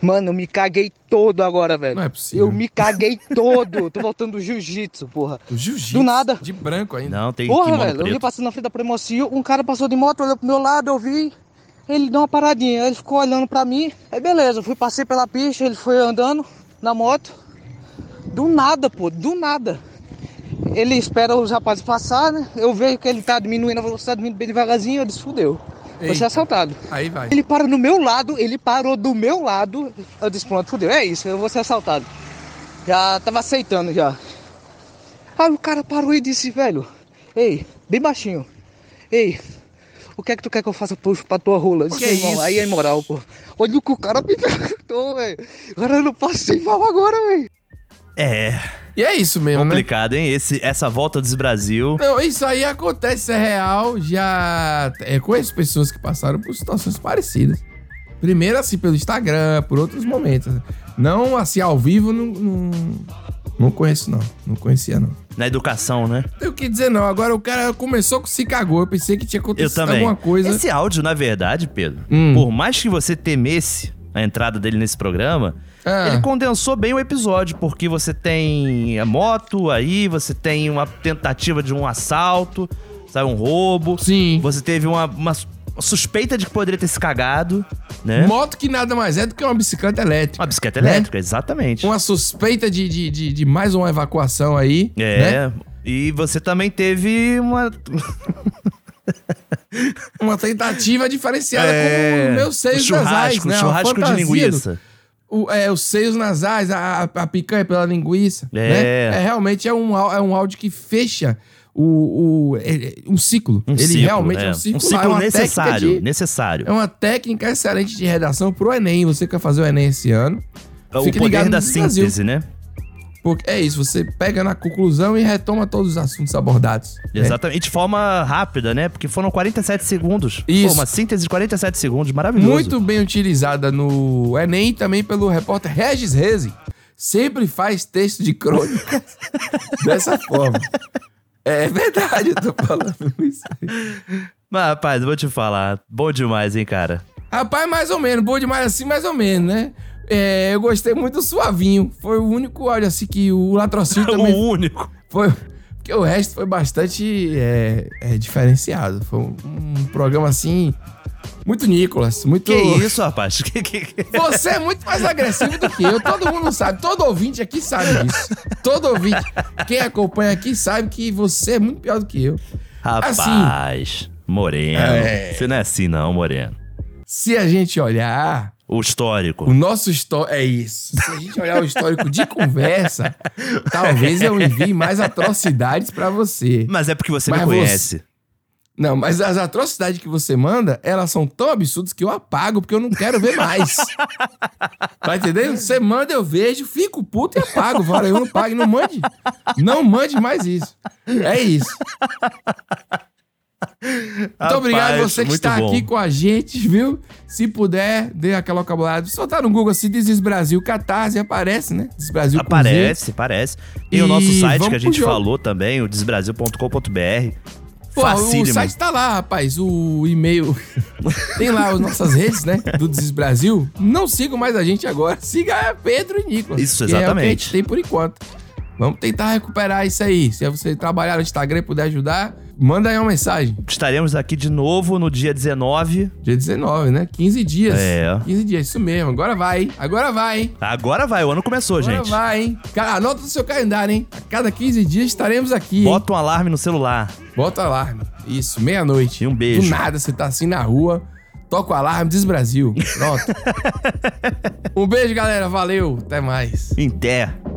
[SPEAKER 17] Mano, eu me caguei todo agora, velho.
[SPEAKER 2] Não é possível.
[SPEAKER 17] Eu me caguei todo. Tô voltando do jiu-jitsu, porra.
[SPEAKER 2] Do jiu-jitsu?
[SPEAKER 17] Do nada.
[SPEAKER 2] De branco ainda.
[SPEAKER 3] Não, tem
[SPEAKER 17] porra,
[SPEAKER 3] kimono
[SPEAKER 17] velho. Eu vim
[SPEAKER 3] preto.
[SPEAKER 17] passando na frente da Premocio, um cara passou de moto, olhou pro meu lado, eu vi. Ele deu uma paradinha, ele ficou olhando pra mim. Aí beleza, eu fui, passei pela pista, ele foi andando na moto. Do nada, pô, do nada. ele espera os rapazes passar, né? Eu vejo que ele tá diminuindo a velocidade, diminuindo bem devagarzinho, eu disse, fudeu. Vou ser
[SPEAKER 2] Eita.
[SPEAKER 17] assaltado.
[SPEAKER 2] Aí vai.
[SPEAKER 17] Ele para no meu lado, ele parou do meu lado. Eu disse, pronto, fudeu, é isso, eu vou ser assaltado. Já tava aceitando já. Aí o cara parou e disse, velho, ei, bem baixinho. Ei, o que é que tu quer que eu faça puxo pra tua rola? Eu disse,
[SPEAKER 6] Que
[SPEAKER 17] "Irmão,
[SPEAKER 6] isso?
[SPEAKER 17] Aí é imoral, pô. Olha o que o cara me perguntou, velho. Agora eu não posso sem mal agora, velho.
[SPEAKER 3] É.
[SPEAKER 2] E é isso mesmo,
[SPEAKER 3] Complicado, hein? Esse, essa volta do Brasil.
[SPEAKER 2] Não, Então, isso aí acontece, é real. Já é, conheço pessoas que passaram por situações parecidas. Primeiro, assim, pelo Instagram, por outros momentos. Não, assim, ao vivo, não, não, não conheço, não. Não conhecia, não.
[SPEAKER 3] Na educação, né?
[SPEAKER 2] Tenho o que dizer, não. Agora o cara começou com se cagou. Eu pensei que tinha
[SPEAKER 3] Eu
[SPEAKER 2] acontecido
[SPEAKER 3] também.
[SPEAKER 2] é alguma coisa. Hum.
[SPEAKER 3] Esse áudio, na verdade, Pedro, por mais que você temesse a entrada dele nesse programa,
[SPEAKER 6] Ah.
[SPEAKER 3] ele condensou bem o episódio, porque você tem a moto aí, você tem uma tentativa de um assalto, sabe, um roubo.
[SPEAKER 2] Sim.
[SPEAKER 3] Você teve uma, uma suspeita de que poderia ter se cagado, né?
[SPEAKER 2] Moto que nada mais é do que uma bicicleta elétrica.
[SPEAKER 3] Uma bicicleta
[SPEAKER 2] né?
[SPEAKER 3] elétrica, exatamente.
[SPEAKER 2] Uma suspeita de, de, de, de mais uma evacuação aí. né?
[SPEAKER 3] É. E você também teve uma.
[SPEAKER 2] Uma tentativa diferenciada
[SPEAKER 3] É,
[SPEAKER 2] com os meus
[SPEAKER 3] o
[SPEAKER 2] seios
[SPEAKER 3] churrasco, um
[SPEAKER 2] nasais, né? Uma
[SPEAKER 3] churrasco de
[SPEAKER 2] fantasia do-
[SPEAKER 3] linguiça.
[SPEAKER 2] o- é, os seios nasais, a, a, a picanha pela linguiça.
[SPEAKER 3] É.
[SPEAKER 2] né? é realmente é um, au- é um áudio que fecha o, o- é- é um ciclo. Ele
[SPEAKER 3] ciclo,
[SPEAKER 2] realmente é um ciclo. lá, é uma técnica
[SPEAKER 3] necessário.
[SPEAKER 2] de-
[SPEAKER 3] Necessário.
[SPEAKER 2] É uma técnica excelente de redação pro Enem. Você que quer fazer o Enem esse ano.
[SPEAKER 3] É O
[SPEAKER 2] fique
[SPEAKER 3] poder da
[SPEAKER 2] ligado no Brasil.
[SPEAKER 3] síntese, né?
[SPEAKER 2] Porque é isso, você pega na conclusão e retoma todos os assuntos abordados. né?
[SPEAKER 3] Exatamente, de forma rápida, né? Porque foram 47 segundos.
[SPEAKER 2] Isso.
[SPEAKER 3] Pô, uma síntese de 47 segundos, maravilhoso.
[SPEAKER 2] Muito bem utilizada no Enem e também pelo repórter Regis Rezin. Sempre faz texto de crônica dessa forma. É verdade, eu tô falando isso.
[SPEAKER 3] Mas, rapaz, eu vou te falar, bom demais, hein, cara?
[SPEAKER 2] Rapaz, mais ou menos, bom demais assim, mais ou menos, né? É, eu gostei muito do Suavinho. Foi o único áudio assim que o latrocínio também.
[SPEAKER 3] o único.
[SPEAKER 2] Foi. Porque o resto foi bastante é, é, diferenciado. Foi um, um programa assim. Muito Nicolas, muito.
[SPEAKER 3] Que isso, rapaz? Que- que- que-
[SPEAKER 2] Você é muito mais agressivo do que eu. Todo mundo sabe. Todo ouvinte aqui sabe disso. Todo ouvinte. Quem acompanha aqui sabe que você é muito pior do que eu.
[SPEAKER 3] Rapaz, Moreno.
[SPEAKER 2] assim. É.
[SPEAKER 3] Você não é assim, não, Moreno.
[SPEAKER 2] Se a gente olhar.
[SPEAKER 3] O histórico.
[SPEAKER 2] O nosso histórico. É isso. Se a gente olhar o histórico de conversa, talvez eu envie mais atrocidades pra você.
[SPEAKER 3] Mas é porque você me
[SPEAKER 2] Mas
[SPEAKER 3] conhece.
[SPEAKER 2] Não, mas as atrocidades que você manda, elas são tão absurdas que eu apago, porque eu não quero ver mais. tá entendendo? Você manda, eu vejo, fico puto e apago. Fala, eu não pago, não mande. Não mande mais isso. É isso. Muito obrigado você que está aqui com a gente, viu? Se puder, dê aquela locabulada. Soltar no Google assim, Desis Brasil Catarse, aparece, né? Desis Brasil com Z.
[SPEAKER 3] Aparece, parece. Tem o
[SPEAKER 2] E
[SPEAKER 3] nosso site
[SPEAKER 2] vamos
[SPEAKER 3] que a
[SPEAKER 2] pro
[SPEAKER 3] gente
[SPEAKER 2] jogo.
[SPEAKER 3] falou também, o desbrasil.com.br.
[SPEAKER 2] Pô,
[SPEAKER 3] Facílimo.
[SPEAKER 2] o site tá lá, rapaz. O e-mail. Tem lá as nossas redes, né? Do Desis Brasil. Não sigam mais a gente agora. Siga Pedro e Nicolas.
[SPEAKER 3] Isso,
[SPEAKER 2] que É o que a
[SPEAKER 3] exatamente.
[SPEAKER 2] gente tem por enquanto. Vamos tentar recuperar isso aí. Se você trabalhar no Instagram e puder ajudar, manda aí uma mensagem.
[SPEAKER 3] Estaremos aqui de novo no dia 19.
[SPEAKER 2] Dia 19, né? 15 dias.
[SPEAKER 3] É.
[SPEAKER 2] 15 dias, isso mesmo. Agora vai, hein? Agora vai, hein?
[SPEAKER 3] Agora vai, o ano começou,
[SPEAKER 2] Agora
[SPEAKER 3] gente.
[SPEAKER 2] vai, hein? Ca- Anota no seu calendário, hein? A cada 15 dias estaremos aqui.
[SPEAKER 3] Bota um alarme no celular.
[SPEAKER 2] Bota alarme. Isso, meia-noite.
[SPEAKER 3] E um beijo.
[SPEAKER 2] Do nada você tá assim na rua, toca o alarme, diz Brasil. Pronto. um beijo, galera. Valeu. Até mais.
[SPEAKER 3] Em terra.